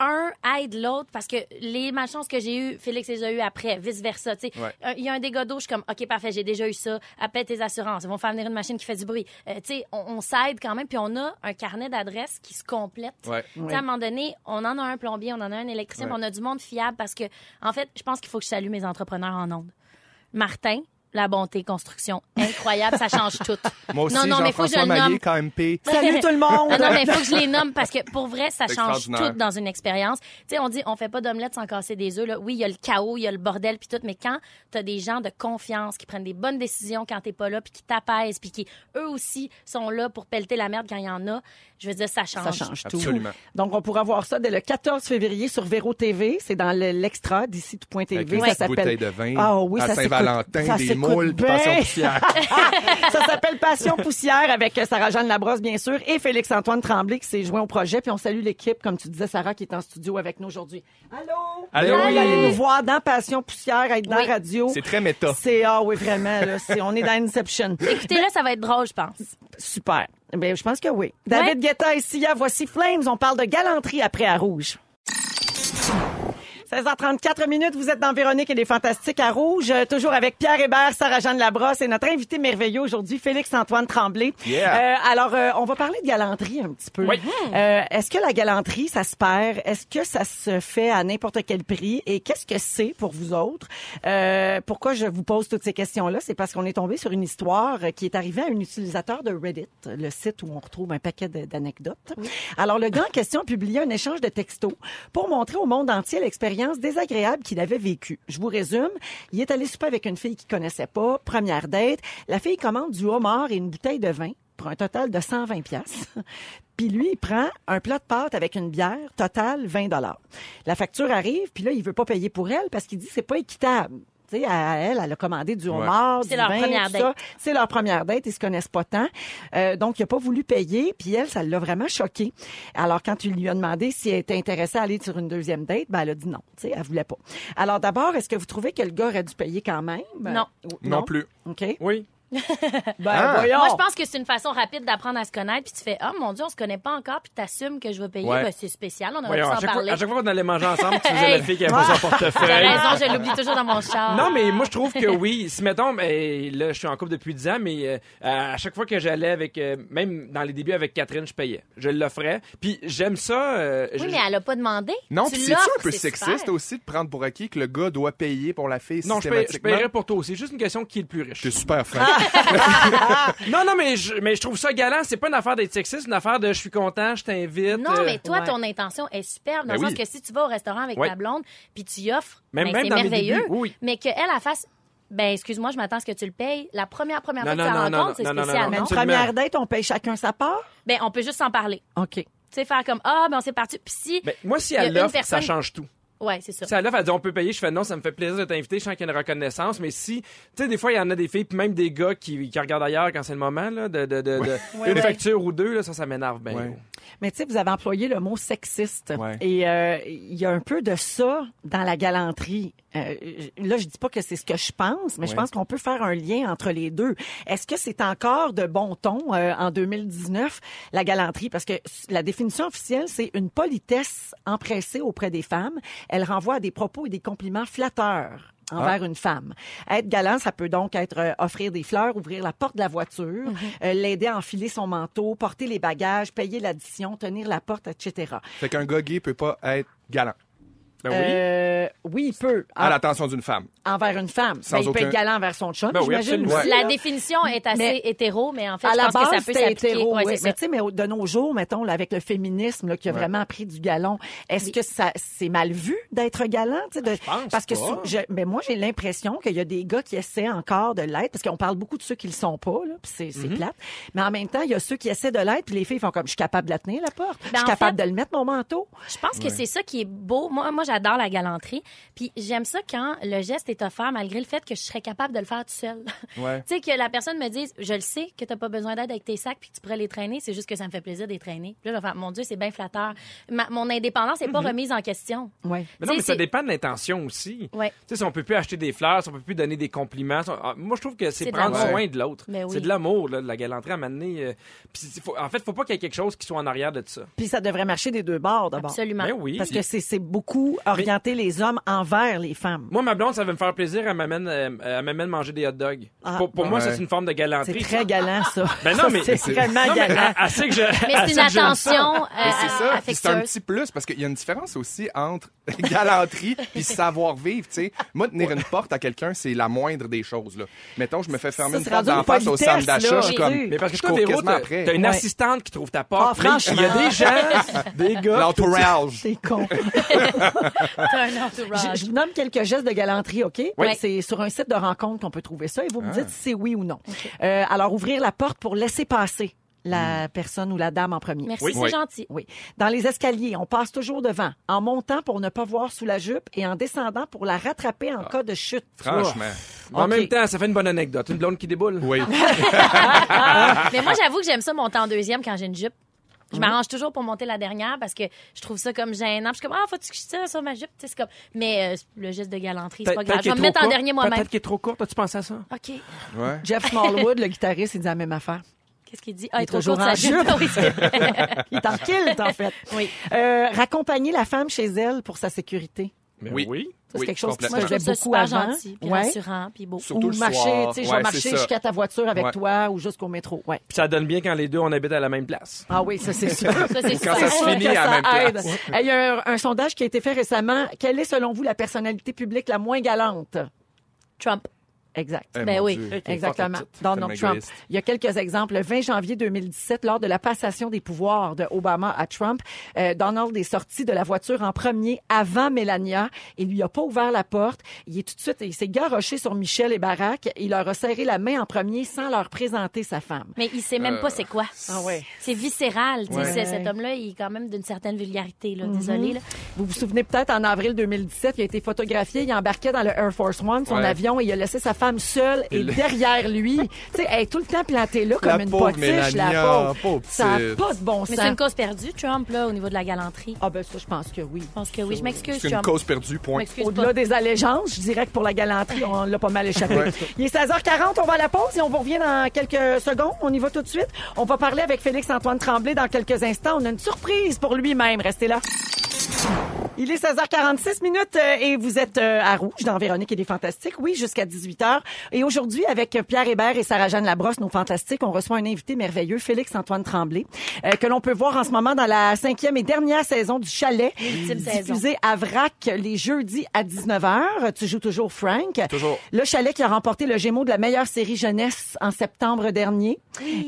S4: un aide l'autre parce que les malchances que j'ai eues, Félix les a eues après, vice-versa. tu sais.
S9: Ouais.
S4: Un- Il y a un dégât d'eau, je suis comme, OK, parfait, j'ai déjà eu ça. Appelle tes assurances. Ils vont faire venir une machine qui fait du bruit. Euh, tu sais, on, on s'aide quand même, puis on a un carnet d'adresses qui se complète.
S9: Ouais.
S4: Tu sais, À un moment donné, on en a un plombier, on en a un électricien,
S9: Ouais.
S4: puis on a du monde fiable parce que, en fait, je pense qu'il faut que je salue mes entrepreneurs en ondes. Martin, la bonté, construction, incroyable, ça change tout.
S9: [LAUGHS] Moi aussi,
S4: non, non, mais faut que je
S9: Jean-François
S4: le nomme.
S9: Maillé,
S4: [LAUGHS]
S9: KMP.
S3: Salut tout le monde!
S4: Ah non, mais il faut que je les nomme parce que pour vrai, ça change
S9: Extraordinaire.
S4: tout dans une expérience. Tu sais, on dit on fait pas d'omelette sans casser des œufs. Là. Oui, il y a le chaos, il y a le bordel puis tout, mais quand t'as des gens de confiance qui prennent des bonnes décisions quand t'es pas là, puis qui t'apaisent, puis qui eux aussi sont là pour pelleter la merde quand il y en a, je veux dire ça
S3: Ça
S4: change.
S3: change tout.
S9: Absolument.
S3: Donc, on pourra voir ça dès le 14 février sur Véro TV. C'est dans le- l'extra d'ici tout point
S9: Avec
S3: TV.
S9: une
S3: Ça
S9: petite bouteille
S3: s'appelle.
S9: de vin
S3: Ah oui,
S9: à
S3: ça s'écoute-
S9: Saint-Valentin,
S3: ça
S9: des
S3: s'écoute
S9: moules, puis
S3: bien.
S9: passion
S4: [LAUGHS]
S9: poussière.
S3: Ah! Ça s'appelle Passion Poussière avec euh, Sarah-Jeanne Labrosse, bien sûr, et Félix-Antoine Tremblay qui s'est joint au projet. Puis on salue l'équipe, comme tu disais, Sarah, qui est en studio avec nous aujourd'hui. Allô?
S9: Allô?
S3: Vous allez nous voir dans Passion Poussière, être dans
S4: Oui.
S3: la radio.
S9: C'est très méta.
S3: C'est, ah oui, vraiment, là, c'est- on est dans Inception.
S4: Écoutez là, ça va être drôle, je pense.
S3: Super. Ben, je pense que oui. David Guetta et Sia, voici Flames. On parle de galanterie après à Rouge. 16h34 minutes, vous êtes dans Véronique et les Fantastiques à Rouge, Euh, toujours avec Pierre Hébert, Sarah-Jeanne Labrosse et notre invité merveilleux aujourd'hui, Félix-Antoine Tremblay.
S9: Yeah.
S3: Euh, alors, euh, on va parler de galanterie un petit peu.
S6: Oui.
S3: Euh, Est-ce que la galanterie, ça se perd? Est-ce que ça se fait à n'importe quel prix? Et qu'est-ce que c'est pour vous autres? Euh, pourquoi je vous pose toutes ces questions-là? C'est parce qu'on est tombé sur une histoire euh, qui est arrivée à un utilisateur de Reddit, le site où on retrouve un paquet de- d'anecdotes. Alors, le gars en question a publié un échange de textos pour montrer au monde entier l'expérience désagréable qu'il avait vécue. Je vous résume. Il est allé souper avec une fille qu'il connaissait pas, première date. La fille commande du homard et une bouteille de vin pour un total de 120 pièces. [LAUGHS] Puis lui, il prend un plat de pâtes avec une bière, total 20 dollars. La facture arrive, puis là, il veut pas payer pour elle parce qu'il dit c'est pas équitable. tu sais, à elle, elle a commandé du homard,
S4: C'est
S3: du
S4: leur
S3: vin,
S4: première
S3: tout ça.
S4: date.
S3: C'est leur première date, ils se connaissent pas tant. Euh, donc, il a pas voulu payer, puis elle, ça l'a vraiment choquée. Alors, quand tu lui as demandé si elle était intéressée à aller sur une deuxième date, ben, elle a dit non, tu sais, elle voulait pas. Alors, d'abord, est-ce que vous trouvez que le gars aurait dû payer quand même?
S4: Non.
S3: Ou-
S9: Non plus.
S3: OK.
S6: Oui.
S3: Ben,
S9: Ah.
S3: voyons.
S4: Moi, je pense que c'est une façon rapide d'apprendre à se connaître, puis tu fais, ah, mon Dieu, on se connaît pas encore, puis t'assumes que je vais payer.
S9: Ouais.
S4: Ben, c'est spécial, on aurait
S6: Voyons,
S4: pu
S6: à,
S4: s'en
S6: chaque fois,
S4: parler.
S6: à chaque fois qu'on allait manger ensemble, tu faisais
S4: Hey.
S6: la fille qui avait pas son
S4: T'as
S6: portefeuille.
S4: raison, je l'oublie toujours dans mon char.
S6: Non, mais moi, je trouve que oui. Si, mettons, ben, là, je suis en couple depuis 10 ans, mais euh, à à chaque fois que j'allais avec, euh, même dans les débuts avec Catherine, je payais. Je l'offrais. Puis j'aime ça. euh, je-
S4: Oui, mais elle a pas demandé.
S9: Non,
S4: Tu
S9: puis c'est-tu un
S4: l'offres,
S9: peu
S4: c'est
S9: sexiste
S4: super.
S9: aussi de prendre pour acquis que le gars doit payer pour la fille
S6: Non, je, paye- je
S9: systématiquement?
S6: paierais pour toi aussi. C'est juste une question de qui est le plus riche.
S9: T'es super fin.
S4: Ah!
S6: Non, non, mais je, mais je trouve ça galant. C'est pas une affaire d'être sexiste, c'est une affaire de je suis content, je t'invite.
S4: Non,
S6: euh,
S4: mais toi,
S3: ouais.
S4: ton intention est superbe,
S9: Ben
S4: dans le sens
S9: oui.
S4: que si tu vas au restaurant avec
S6: Ouais.
S4: ta blonde, puis tu y offres,
S6: Même-
S4: ben,
S6: même
S4: c'est
S6: dans mes
S4: merveilleux,
S6: débuts, oui.
S4: mais qu'elle, elle fasse, ben excuse-moi, je m'attends à ce que tu le payes. La première, première
S6: Non,
S4: fois que tu
S6: non,
S4: la
S6: non, non,
S4: rencontres, c'est
S6: non, non, non,
S4: spécial,
S6: non,
S3: Mais
S4: non?
S3: une
S6: Absolument.
S3: première date, on paye chacun sa part?
S4: Ben, on peut juste s'en parler.
S3: OK.
S4: Tu sais, faire comme, ah, ben on s'est parti. Puis si,
S6: ben, moi, si
S4: Il y a
S6: elle
S4: une
S6: l'offre, ça
S4: personne-
S6: change tout.
S4: ouais, c'est ça.
S6: Si elle l'offre, elle dit on peut payer, je fais non, ça me fait plaisir de t'inviter, je sens qu'il y a une reconnaissance. Mais si, tu sais, des fois, il y en a des filles, puis même des gars qui, qui regardent ailleurs quand c'est le moment, là, de, de, de, de-
S4: Ouais,
S6: une
S4: ouais.
S6: facture ou deux, là, ça, ça m'énerve bien.
S9: Ouais.
S6: gros.
S3: Mais tu sais, vous avez employé le mot sexiste.
S9: Ouais.
S3: Et euh, il y a un peu de ça dans la galanterie. Euh, je- là, je dis pas que c'est ce que je pense, mais je
S9: Ouais.
S3: pense qu'on peut faire un lien entre les deux. Est-ce que c'est encore de bon ton euh, en 2019, la galanterie? Parce que s- la définition officielle, c'est une politesse empressée auprès des femmes. Elle renvoie à des propos et des compliments flatteurs envers une femme. Être galant, ça peut donc être euh, offrir des fleurs, ouvrir la porte de la voiture, euh, l'aider à enfiler son manteau, porter les bagages, payer l'addition, tenir la porte, etc.
S9: fait qu'un gars gay peut pas être galant
S6: Ben oui.
S3: Euh, oui, il peut.
S4: ah.
S9: à l'attention d'une femme.
S3: En- envers une femme.
S9: Sans
S3: Ben, il peut
S9: aucun-
S3: être galant envers son chum,
S6: Ben oui,
S3: j'imagine
S6: absolument.
S3: aussi,
S4: La
S3: là.
S4: définition est assez
S3: Mais-
S4: hétéro, mais en fait,
S3: À
S4: je
S3: la
S4: pense
S3: base,
S4: que ça peut
S3: c'était
S4: s'appliquer.
S3: hétéro,
S4: Ouais,
S3: oui.
S4: c'est
S3: Mais
S4: ça.
S3: tu sais, mais au- de nos jours, mettons, là, avec le féminisme là, qui a vraiment pris du galon, est-ce que ça c'est mal vu d'être galant tu sais, de-
S6: pense
S3: Parce que
S6: pas.
S3: sou- je- mais moi j'ai l'impression qu'il y a des gars qui essaient encore de l'être, parce qu'on parle beaucoup de ceux qui le sont pas, là, puis c'est
S6: Mhm.
S3: c'est plate. Mais en même temps, il y a ceux qui essaient de l'être, puis les filles font comme je suis capable de la tenir la porte, je
S4: Ben, en
S3: suis capable
S4: fait-
S3: de le mettre mon manteau.
S4: Je pense que c'est ça qui est beau. Moi, moi j'adore la galanterie. Puis j'aime ça quand le geste est offert malgré le fait que je serais capable de le faire tout seul.
S9: Ouais.
S4: tu sais, que la personne me dise, je le sais que t'as pas besoin d'aide avec tes sacs puis que tu pourrais les traîner, c'est juste que ça me fait plaisir de les traîner. Puis là, je vais faire, mon Dieu, c'est bien flatteur. Ma- mon indépendance n'est pas remise en question.
S3: Ouais.
S4: Tu
S6: Mais non,
S4: sais,
S6: mais ça
S4: c'est-
S6: dépend de l'intention aussi.
S4: Ouais.
S6: Tu sais, si on peut plus acheter des fleurs, si on peut plus donner des compliments. si on- ah, Moi, je trouve que
S4: C'est
S6: c'est
S4: de
S6: prendre
S9: l'amour.
S6: soin de l'autre.
S4: Mais oui.
S6: C'est de l'amour, là, de la galanterie à m'amener. euh, puis c'est- faut- en fait, faut pas qu'il y ait quelque chose qui soit en arrière de ça.
S3: Puis ça devrait marcher des deux bords d'abord.
S4: Absolument.
S6: Ben oui.
S3: Parce que c'est c'est beaucoup orienter les hommes envers les femmes.
S6: Moi, ma blonde, ça va me faire plaisir, elle m'amène, euh, elle m'amène manger des hot dogs.
S3: Ah.
S6: pour pour moi,
S9: Ouais.
S6: ça, c'est une forme de
S3: C'est
S6: galanterie.
S3: très galant, ça.
S6: [LAUGHS] Ben non,
S3: Ça,
S6: mais-
S3: c'est
S6: c'est-
S3: vraiment
S6: Non, mais ah.
S3: galant.
S6: elle- elle sait que je-
S4: Mais
S6: elle
S4: c'est
S6: sait
S4: une
S6: que j'aime ça.
S4: attention euh,
S9: Mais
S5: Ben,
S9: c'est ça, puis c'est un
S4: affectueuse.
S9: petit plus parce qu'il y a une différence aussi entre [LAUGHS] galanterie puis savoir vivre. Tu sais, moi tenir une porte à quelqu'un, c'est la moindre des choses. Là. Mettons, je me fais fermer
S3: Ça,
S9: une
S3: c'est
S9: porte
S3: rendu
S9: d'en
S3: une
S9: face au centre
S3: politesse, là,
S9: d'achat, je suis
S3: tu sais.
S9: comme,
S6: Mais parce que
S9: je
S6: toi,
S9: cours
S6: Véro,
S9: quasiment
S6: t'as,
S9: après.
S6: t'as une
S3: Ouais.
S6: assistante qui trouve ta
S3: Ah,
S6: porte. Mais
S3: franchement.
S6: il y a des gens, des gars.
S9: L'entourage.
S3: [LAUGHS] C'est con.
S4: T'as un
S3: je,
S4: entourage.
S3: je vous nomme quelques gestes de galanterie, OK?
S4: Oui.
S3: C'est sur un site de rencontre qu'on peut trouver ça et vous
S6: Ah.
S3: me dites si c'est oui ou non. Euh, alors, ouvrir la porte pour laisser passer
S6: Hmm.
S3: la personne ou la dame en premier.
S4: Merci,
S9: Oui.
S4: c'est
S9: Oui.
S4: gentil.
S3: Oui. Dans les escaliers, on passe toujours devant, en montant pour ne pas voir sous la jupe et en descendant pour la rattraper en
S6: Ah.
S3: cas de chute.
S9: Franchement.
S6: En
S3: Ok.
S6: même temps, ça fait une bonne anecdote. Une blonde qui déboule.
S9: Oui.
S4: Mais moi, j'avoue que j'aime ça monter en deuxième quand j'ai une jupe. Je m'arrange toujours pour monter la dernière parce que je trouve ça comme gênant. Puis Je suis comme, ah, faut-tu que je tire sur ma jupe? Tu sais, c'est comme... Mais euh, le geste de galanterie, c'est pas
S6: Peut- peut-être
S4: grave. Je
S6: qu'il
S4: vais me
S6: est
S4: mettre
S6: trop
S4: en
S6: court.
S4: dernier moi-même.
S6: Peut-être qu'il est trop court. As-tu pensé à ça?
S4: OK.
S9: Ouais.
S3: Jeff Smallwood, le guitariste, il dit la même affaire.
S4: Qu'est-ce qu'il dit? [LAUGHS]
S3: Il
S4: Ah, il
S3: est
S4: est trop
S3: toujours
S4: court, sa
S3: en
S4: jupe.
S3: jupe.
S4: Oui, c'est-
S3: Il est en kilt, en [LAUGHS] fait.
S4: Oui.
S3: Euh, raccompagner la femme chez elle pour sa sécurité.
S6: Mais
S9: Oui.
S3: Ça, c'est
S9: Oui,
S3: quelque chose qui se
S9: complètement.
S4: Moi, je
S3: faisait
S4: trouve ça
S3: beaucoup
S4: super
S3: avant.
S4: gentil, puis
S3: Ouais.
S4: rassurant, puis beau.
S9: Surtout
S3: ou
S9: le
S3: marcher,
S9: soir.
S3: tu sais, je
S9: Ouais,
S3: vais
S9: c'est
S3: marcher
S9: ça.
S3: jusqu'à ta voiture avec
S9: Ouais.
S3: toi ou jusqu'au métro. Ouais.
S6: Puis ça donne bien quand les deux, on habite à la même place.
S3: Ah oui, ça c'est [LAUGHS] super.
S9: [LAUGHS]
S4: Ça, c'est
S9: Quand ça
S4: super.
S9: se finit à la même
S3: Ça aide.
S9: place.
S3: Hey, Il y a un, un sondage qui a été fait récemment. Quelle est, selon vous, la personnalité publique la moins galante?
S4: Trump.
S3: Exact.
S9: Eh,
S4: Ben
S9: mon
S4: oui,
S9: Dieu, quelle
S3: Exactement.
S9: forte petite,
S3: Donald
S9: tellement
S3: Trump.
S9: égoïste.
S3: Il y a quelques exemples. Le 20 janvier 2017, lors de la passation des pouvoirs de Obama à Trump, euh, Donald est sorti de la voiture en premier avant Melania. Il lui a pas ouvert la porte. Il est tout de suite, il s'est garoché sur Michel et Barack. Il leur a serré la main en premier sans leur présenter sa femme.
S4: Mais il sait
S9: Euh,
S4: même pas c'est quoi.
S3: Ah ouais.
S4: C'est viscéral, tu sais,
S9: Ouais.
S4: c'est- cet homme-là, il est quand même d'une certaine vulgarité, là. Désolé, là.
S3: Vous vous souvenez peut-être, en avril 2017, il a été photographié, il embarquait dans le Air Force One, son
S9: Ouais.
S3: avion, et il a laissé sa femme seule et
S9: le- [LAUGHS]
S3: derrière lui. tu sais, elle est tout le temps plantée là comme
S9: La
S3: une
S9: pauvre
S3: potiche, la
S9: Mélania,
S3: pauvre.
S9: pauvre
S3: Ça n'a
S9: petite.
S3: pas de bon
S4: Mais
S3: sens.
S4: c'est une cause perdue, Trump, là, au niveau de la galanterie.
S3: Ah ben ça, je pense que oui.
S4: Je pense que oui. Je m'excuse,
S9: C'est une
S4: Trump.
S9: cause perdue,
S4: Je
S9: point.
S4: m'excuse
S3: Au-delà
S4: pas.
S3: des allégeances, je dirais que pour la galanterie, on l'a pas mal échappé.
S9: Ouais.
S3: Il est 16h40, on va à la pause et on vous revient dans quelques secondes. On y va tout de suite. On va parler avec Félix-Antoine Tremblay dans quelques instants. On a une surprise pour lui-même. Restez là. Il est 16h46 minutes euh, et vous êtes euh, à Rouge dans Véronique et des Fantastiques. Oui, jusqu'à 18h. Et aujourd'hui, avec euh, Pierre Hébert et Sarah-Jeanne Labrosse, nos Fantastiques, on reçoit un invité merveilleux, Félix-Antoine Tremblay, euh, que l'on peut voir en ce moment dans la cinquième et dernière saison du Chalet,
S4: L'ultime saison.
S3: diffusée à VRAC les jeudis à 19h. Tu joues toujours Frank.
S9: Toujours.
S3: Le Chalet qui a remporté le Gémeaux de la meilleure série jeunesse en septembre dernier.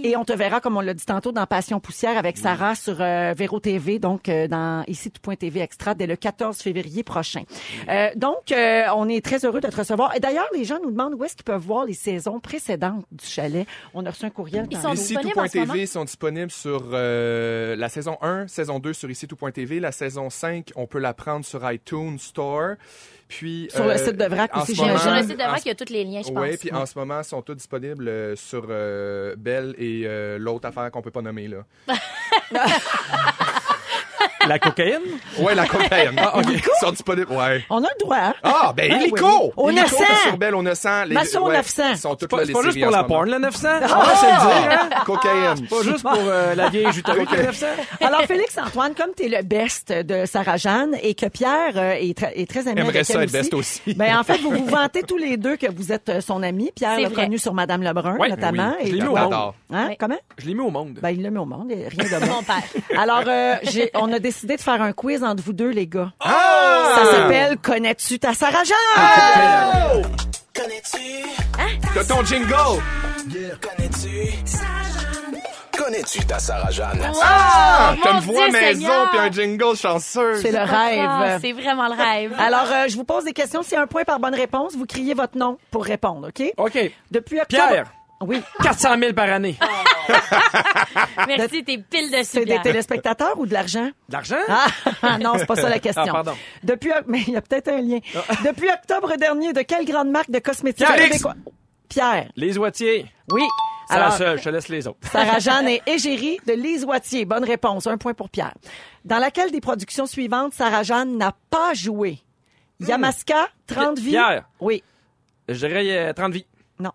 S3: Et on te verra, comme on l'a dit tantôt, dans Passion Poussière avec Sarah sur euh, Véro TV, donc euh, dans ici tout.tv extra dès le 14 février prochain. Euh, donc, euh, on est très heureux de te recevoir. Et d'ailleurs, les gens nous demandent où est-ce qu'ils peuvent voir les saisons précédentes du Chalet. On a reçu un courriel.
S4: Ils
S3: dans-
S4: sont où?
S9: Ici,
S4: disponibles en ce moment?
S9: tout.tv sont disponibles sur euh, la saison 1, saison 2 sur ici, tout.tv. La saison 5, on peut la prendre sur iTunes Store. Puis, euh,
S3: Sur le site de Vrac
S9: en
S3: aussi,
S9: ce
S3: j'ai-
S9: moment-
S4: Sur le site de
S9: en
S4: Vrac,
S9: ce-
S4: il y a tous les liens, je pense.
S9: Oui, puis en ce moment, sont tous disponibles euh, sur euh, Bell et euh, l'autre affaire qu'on peut pas nommer, là.
S6: La cocaïne?
S9: Ouais, la cocaïne. ah, ok. Ils sont disponibles, ouais.
S3: [LAUGHS] On a le droit. hein?
S9: Ah, ben,
S3: Ben
S9: Illico!
S3: oui. Au
S9: Illico,
S3: 900.
S9: t'as sur Bell, on 900. Les,
S3: Masson,
S9: ouais,
S3: 900.
S9: Ils sont toutes là,
S6: Pas-
S9: les
S6: C'est pas juste
S9: séries
S6: pour
S9: en ce
S6: la
S9: moment.
S6: porn, la 900?
S9: On va se le dire,
S5: [LAUGHS]
S6: hein?
S9: hein? Cocaïne.
S6: Pas juste pour euh, la vieille juterie
S9: Ok.
S6: 900?
S3: [LAUGHS] Alors, Félix-Antoine, comme tu es le best de Sarah-Jeanne et que Pierre euh, est, tr- est très ami
S9: Aimerait
S3: avec
S9: ça
S3: elle
S9: être best aussi.
S3: Ben, en fait, vous vous vantez tous les deux que vous êtes euh, son ami. Pierre
S4: C'est
S3: l'a
S4: vrai.
S3: connu sur Madame Lebrun,
S6: Ouais,
S3: notamment.
S6: oui. Je l'ai mis au
S3: Hein?
S9: monde.
S3: Hein?
S4: Oui.
S3: Comment?
S6: Je l'ai mis au monde.
S3: Ben, il l'a mis au monde, et rien
S4: [LAUGHS]
S3: de
S4: Mon
S3: bon.
S4: père.
S3: Alors, euh, j'ai- on a décidé de faire un quiz entre vous deux, les gars.
S9: Ah!
S3: Ça s'appelle Connais-tu ta Sarah-Jeanne?
S1: Connais-tu?
S9: T'as ton jingle!
S1: Connais-tu? Connais-tu ta Sarah-Jeanne?
S9: Ah!
S4: Oh, Mon
S9: T'as une voix
S4: Dieu,
S9: maison
S4: Seigneur!
S9: puis un jingle chanceux.
S3: C'est le
S4: Ah,
S3: rêve.
S4: C'est vraiment le [LAUGHS] rêve.
S3: Alors, euh, je vous pose des questions. C'est un point par bonne réponse. Vous criez votre nom pour répondre, OK?
S6: OK.
S3: Depuis octobre...
S6: Pierre,
S3: Oui.
S6: 400 000 par année.
S4: Merci, t'es pile dessus.
S3: C'est des
S4: Pierre.
S3: téléspectateurs ou de l'argent?
S6: De l'argent?
S3: Ah, ah, non, c'est pas ça la question.
S6: Ah, pardon. Ah.
S3: Depuis, oc- mais il y a peut-être un lien. Depuis octobre dernier, de quelle grande marque de cosmétiques
S6: Pierre X.
S3: québécois- Pierre.
S6: Les oitiers.
S3: Oui.
S6: C'est la
S3: Alors,
S6: seule, je te laisse les autres.
S3: Sarah-Jeanne et Égérie de Lise Wattier. Bonne réponse. Un point pour Pierre. Dans laquelle des productions suivantes Sarah-Jeanne n'a pas joué? Yamaska, 30 vies.
S6: Hmm. Pierre.
S3: Oui.
S6: Je dirais euh, 30 vies.
S3: Non.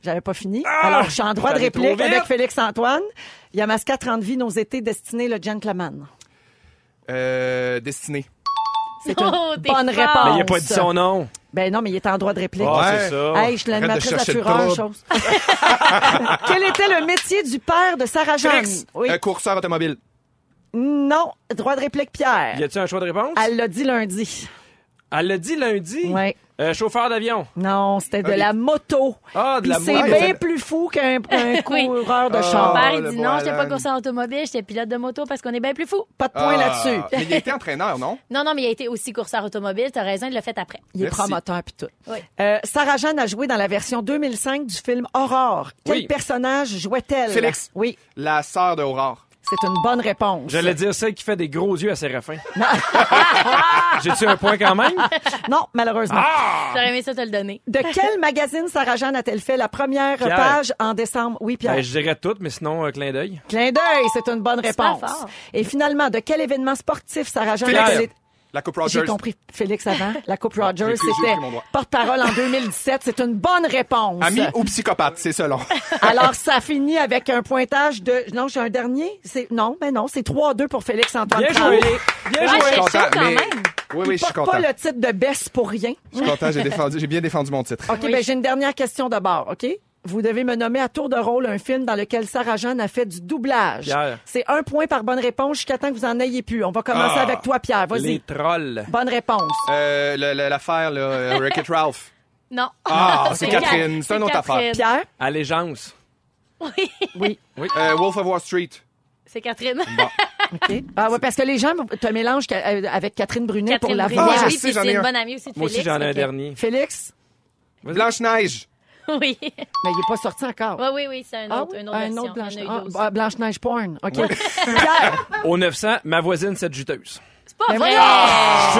S3: J'avais pas fini. Alors, je suis en droit de
S6: Ah! j'allais trop
S3: réplique
S6: vite.
S3: avec Félix-Antoine. Yamaska, 30 vies, nos étés destinés, le gentleman.
S9: Euh, Destiné.
S3: C'est une
S4: Oh, t'es
S3: bonne
S4: fort.
S3: réponse.
S6: Mais il a pas dit son nom.
S3: Ben non, mais il est en droit de réplique.
S6: Ah,
S9: Ouais.
S6: c'est ça.
S3: Hey, je
S9: Arrête
S3: suis
S9: de
S3: l'animatrice de la
S9: chercher le
S3: fureur,
S9: trouble.
S3: chose. [LAUGHS] Quel était le métier du père de Sarah Jeanne?
S9: Félix,
S3: Oui.
S9: euh, courseur automobile.
S3: Non, droit de réplique, Pierre.
S6: Y a-tu un choix de réponse?
S3: Elle l'a dit lundi.
S6: Elle l'a dit lundi.
S3: Ouais.
S6: Euh, chauffeur d'avion.
S3: Non, c'était de
S9: Ok.
S3: la moto.
S6: Ah, de
S3: Puis
S6: la
S3: c'est
S6: moto.
S9: Ah,
S3: bien
S9: mais-
S3: plus fou qu'un [LAUGHS] un
S4: Oui.
S3: coureur de
S9: Ah.
S3: char.
S4: Mon père,
S9: Oh,
S4: il
S9: le
S4: dit
S9: bon
S4: non, j'étais pas
S9: Alan.
S4: courseur automobile, j'étais pilote de moto parce qu'on est bien plus fou.
S3: Pas de
S9: Ah,
S3: point là-dessus.
S9: Mais il était entraîneur, non?
S4: Non, non, mais il a été aussi courseur automobile, t'as raison, il l'a fait après.
S3: Il est
S9: Merci.
S3: promoteur puis tout.
S4: Oui.
S3: Euh, Sarah Jeanne a joué dans la version 2005 du film Aurore. Quel
S6: Oui.
S3: personnage jouait-elle?
S9: Félix.
S3: Oui,
S9: La sœur de Aurore.
S3: c'est une bonne réponse.
S6: J'allais dire celle qui fait des gros yeux à Séraphin.
S3: Ah!
S6: J'ai-tu un point quand même?
S3: [LAUGHS] Non,
S9: Ah!
S3: malheureusement.
S4: J'aurais aimé ça te le donner.
S3: De
S9: [LAUGHS]
S3: quel magazine Sarah-Jeanne a-t-elle fait la première
S6: Pierre.
S3: page en décembre? Oui, Pierre.
S6: Ben, je dirais toutes, mais sinon, un clin d'œil.
S3: Clin d'œil, c'est une bonne
S4: pas
S3: réponse.
S4: fort.
S3: Et finalement, de quel événement sportif Sarah-Jeanne
S9: Félix.
S3: a-t-elle été-
S9: La Coupe
S3: J'ai
S9: Rogers.
S3: compris
S9: [LAUGHS]
S3: Félix avant. La Coupe Rogers,
S9: J'ai pris- j'ai
S3: c'était
S9: pris mon droit.
S3: porte-parole en 2017. C'est une bonne réponse.
S9: Ami ou psychopathe, c'est selon.
S3: Alors, ça finit avec un pointage de... Non, j'ai un dernier. C'est Non, mais non, c'est 3-2 pour Félix-Antoine
S6: Bien
S3: Tremblay.
S6: joué! Bien
S4: Ouais,
S6: joué!
S4: c'est chaud quand
S9: mais...
S4: même.
S9: Oui,
S3: Il
S9: oui, je suis
S3: porte pas
S9: content.
S3: le titre de baisse pour rien.
S9: Je suis content, j'ai défendu, j'ai bien défendu mon titre.
S3: OK, ben, j'ai une dernière question d'abord, OK? Vous devez me nommer à tour de rôle un film dans lequel Sarah Jeanne a fait du doublage.
S6: Pierre.
S3: C'est un point par bonne réponse jusqu'à temps que vous en ayez plus. On va commencer
S9: Ah.
S3: avec toi, Pierre. Vas-y.
S6: Les trolls.
S3: Bonne réponse.
S9: Euh, le- le- L'affaire, là, euh, Wreck-It Ralph.
S4: Non. [LAUGHS]
S9: Ah, c'est Catherine, c'est une autre
S4: Catherine.
S3: Pierre?
S6: Allégeance.
S4: Oui,
S3: Oui.
S6: Oui.
S9: affaire. Euh, Wolf of Wall Street.
S4: c'est Catherine.
S3: OK. Ah ouais, parce que les gens te mélangent ca- euh, avec Catherine Brunet pour
S4: Catherine
S3: la
S4: Brunet.
S3: voix.
S9: Ah, je
S4: oui,
S9: sais,
S4: puis
S9: j'en
S4: c'est
S9: ai
S4: une
S9: un.
S4: bonne amie aussi de
S6: Moi aussi,
S4: Félix.
S6: j'en ai un
S4: fait que-
S6: dernier.
S3: Félix,
S9: Blanche-Neige.
S4: [LAUGHS] Oui. oui,
S3: mais il n'est pas sorti encore.
S4: oui, oui, c'est un
S3: Ah
S4: autre,
S3: oui?
S4: une autre version.
S3: Blanche-
S4: Il y en a eu
S3: ah,
S4: aussi.
S3: bah, Blanche-Neige porn. OK. Pierre!
S6: Au 900, ma voisine, cette juteuse.
S4: C'est pas
S3: Mais
S4: vrai!
S3: voyons.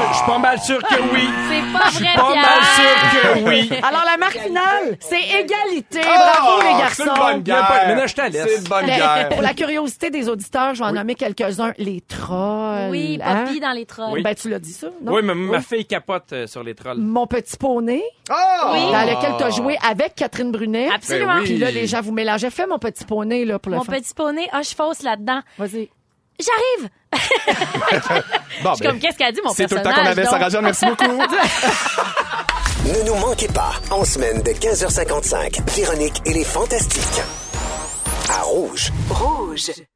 S6: Je je suis pas mal sûr que oui.
S4: C'est pas
S6: Ah! Je suis
S4: vrai,
S6: pas mal
S4: Pierre!
S6: sûr que oui.
S3: [LAUGHS] Alors, la marque finale, c'est égalité.
S9: Oh,
S3: Bravo, les
S9: C'est une bonne
S3: garçons.
S6: Il y a pas-
S9: guerre.
S6: mais là, je te laisse.
S9: C'est une
S3: [LAUGHS]
S9: bonne
S3: Mais,
S9: guerre.
S3: pour la curiosité des auditeurs, je vais en nommer quelques-uns. Les trolls.
S4: Oui,
S3: hein?
S4: Poppy dans les trolls.
S6: Oui.
S3: Ben, tu l'as dit ça, non?
S6: Oui, mais ma fille capote euh, sur les trolls.
S3: Mon petit poney,
S9: Ah!
S3: dans lequel tu as joué avec Catherine Brunet.
S4: Oh! Absolument.
S9: Ben oui.
S3: Puis là, les gens vous mélangeaient. Fais mon petit poney, là, pour le
S4: Mon
S3: fun.
S4: petit poney, ah, je fausse là-dedans.
S3: Vas-y.
S4: J'arrive!
S9: Bon,
S4: Je suis
S9: ben,
S4: comme, qu'est-ce qu'elle dit, mon
S9: C'est tout le
S4: personnage?
S9: temps qu'on avait,
S4: donc?
S9: Sarah Jeanne. Merci beaucoup.
S1: Ne nous manquez pas, en semaine de 15h55, Véronique et les Fantastiques. À Rouge.
S5: Rouge.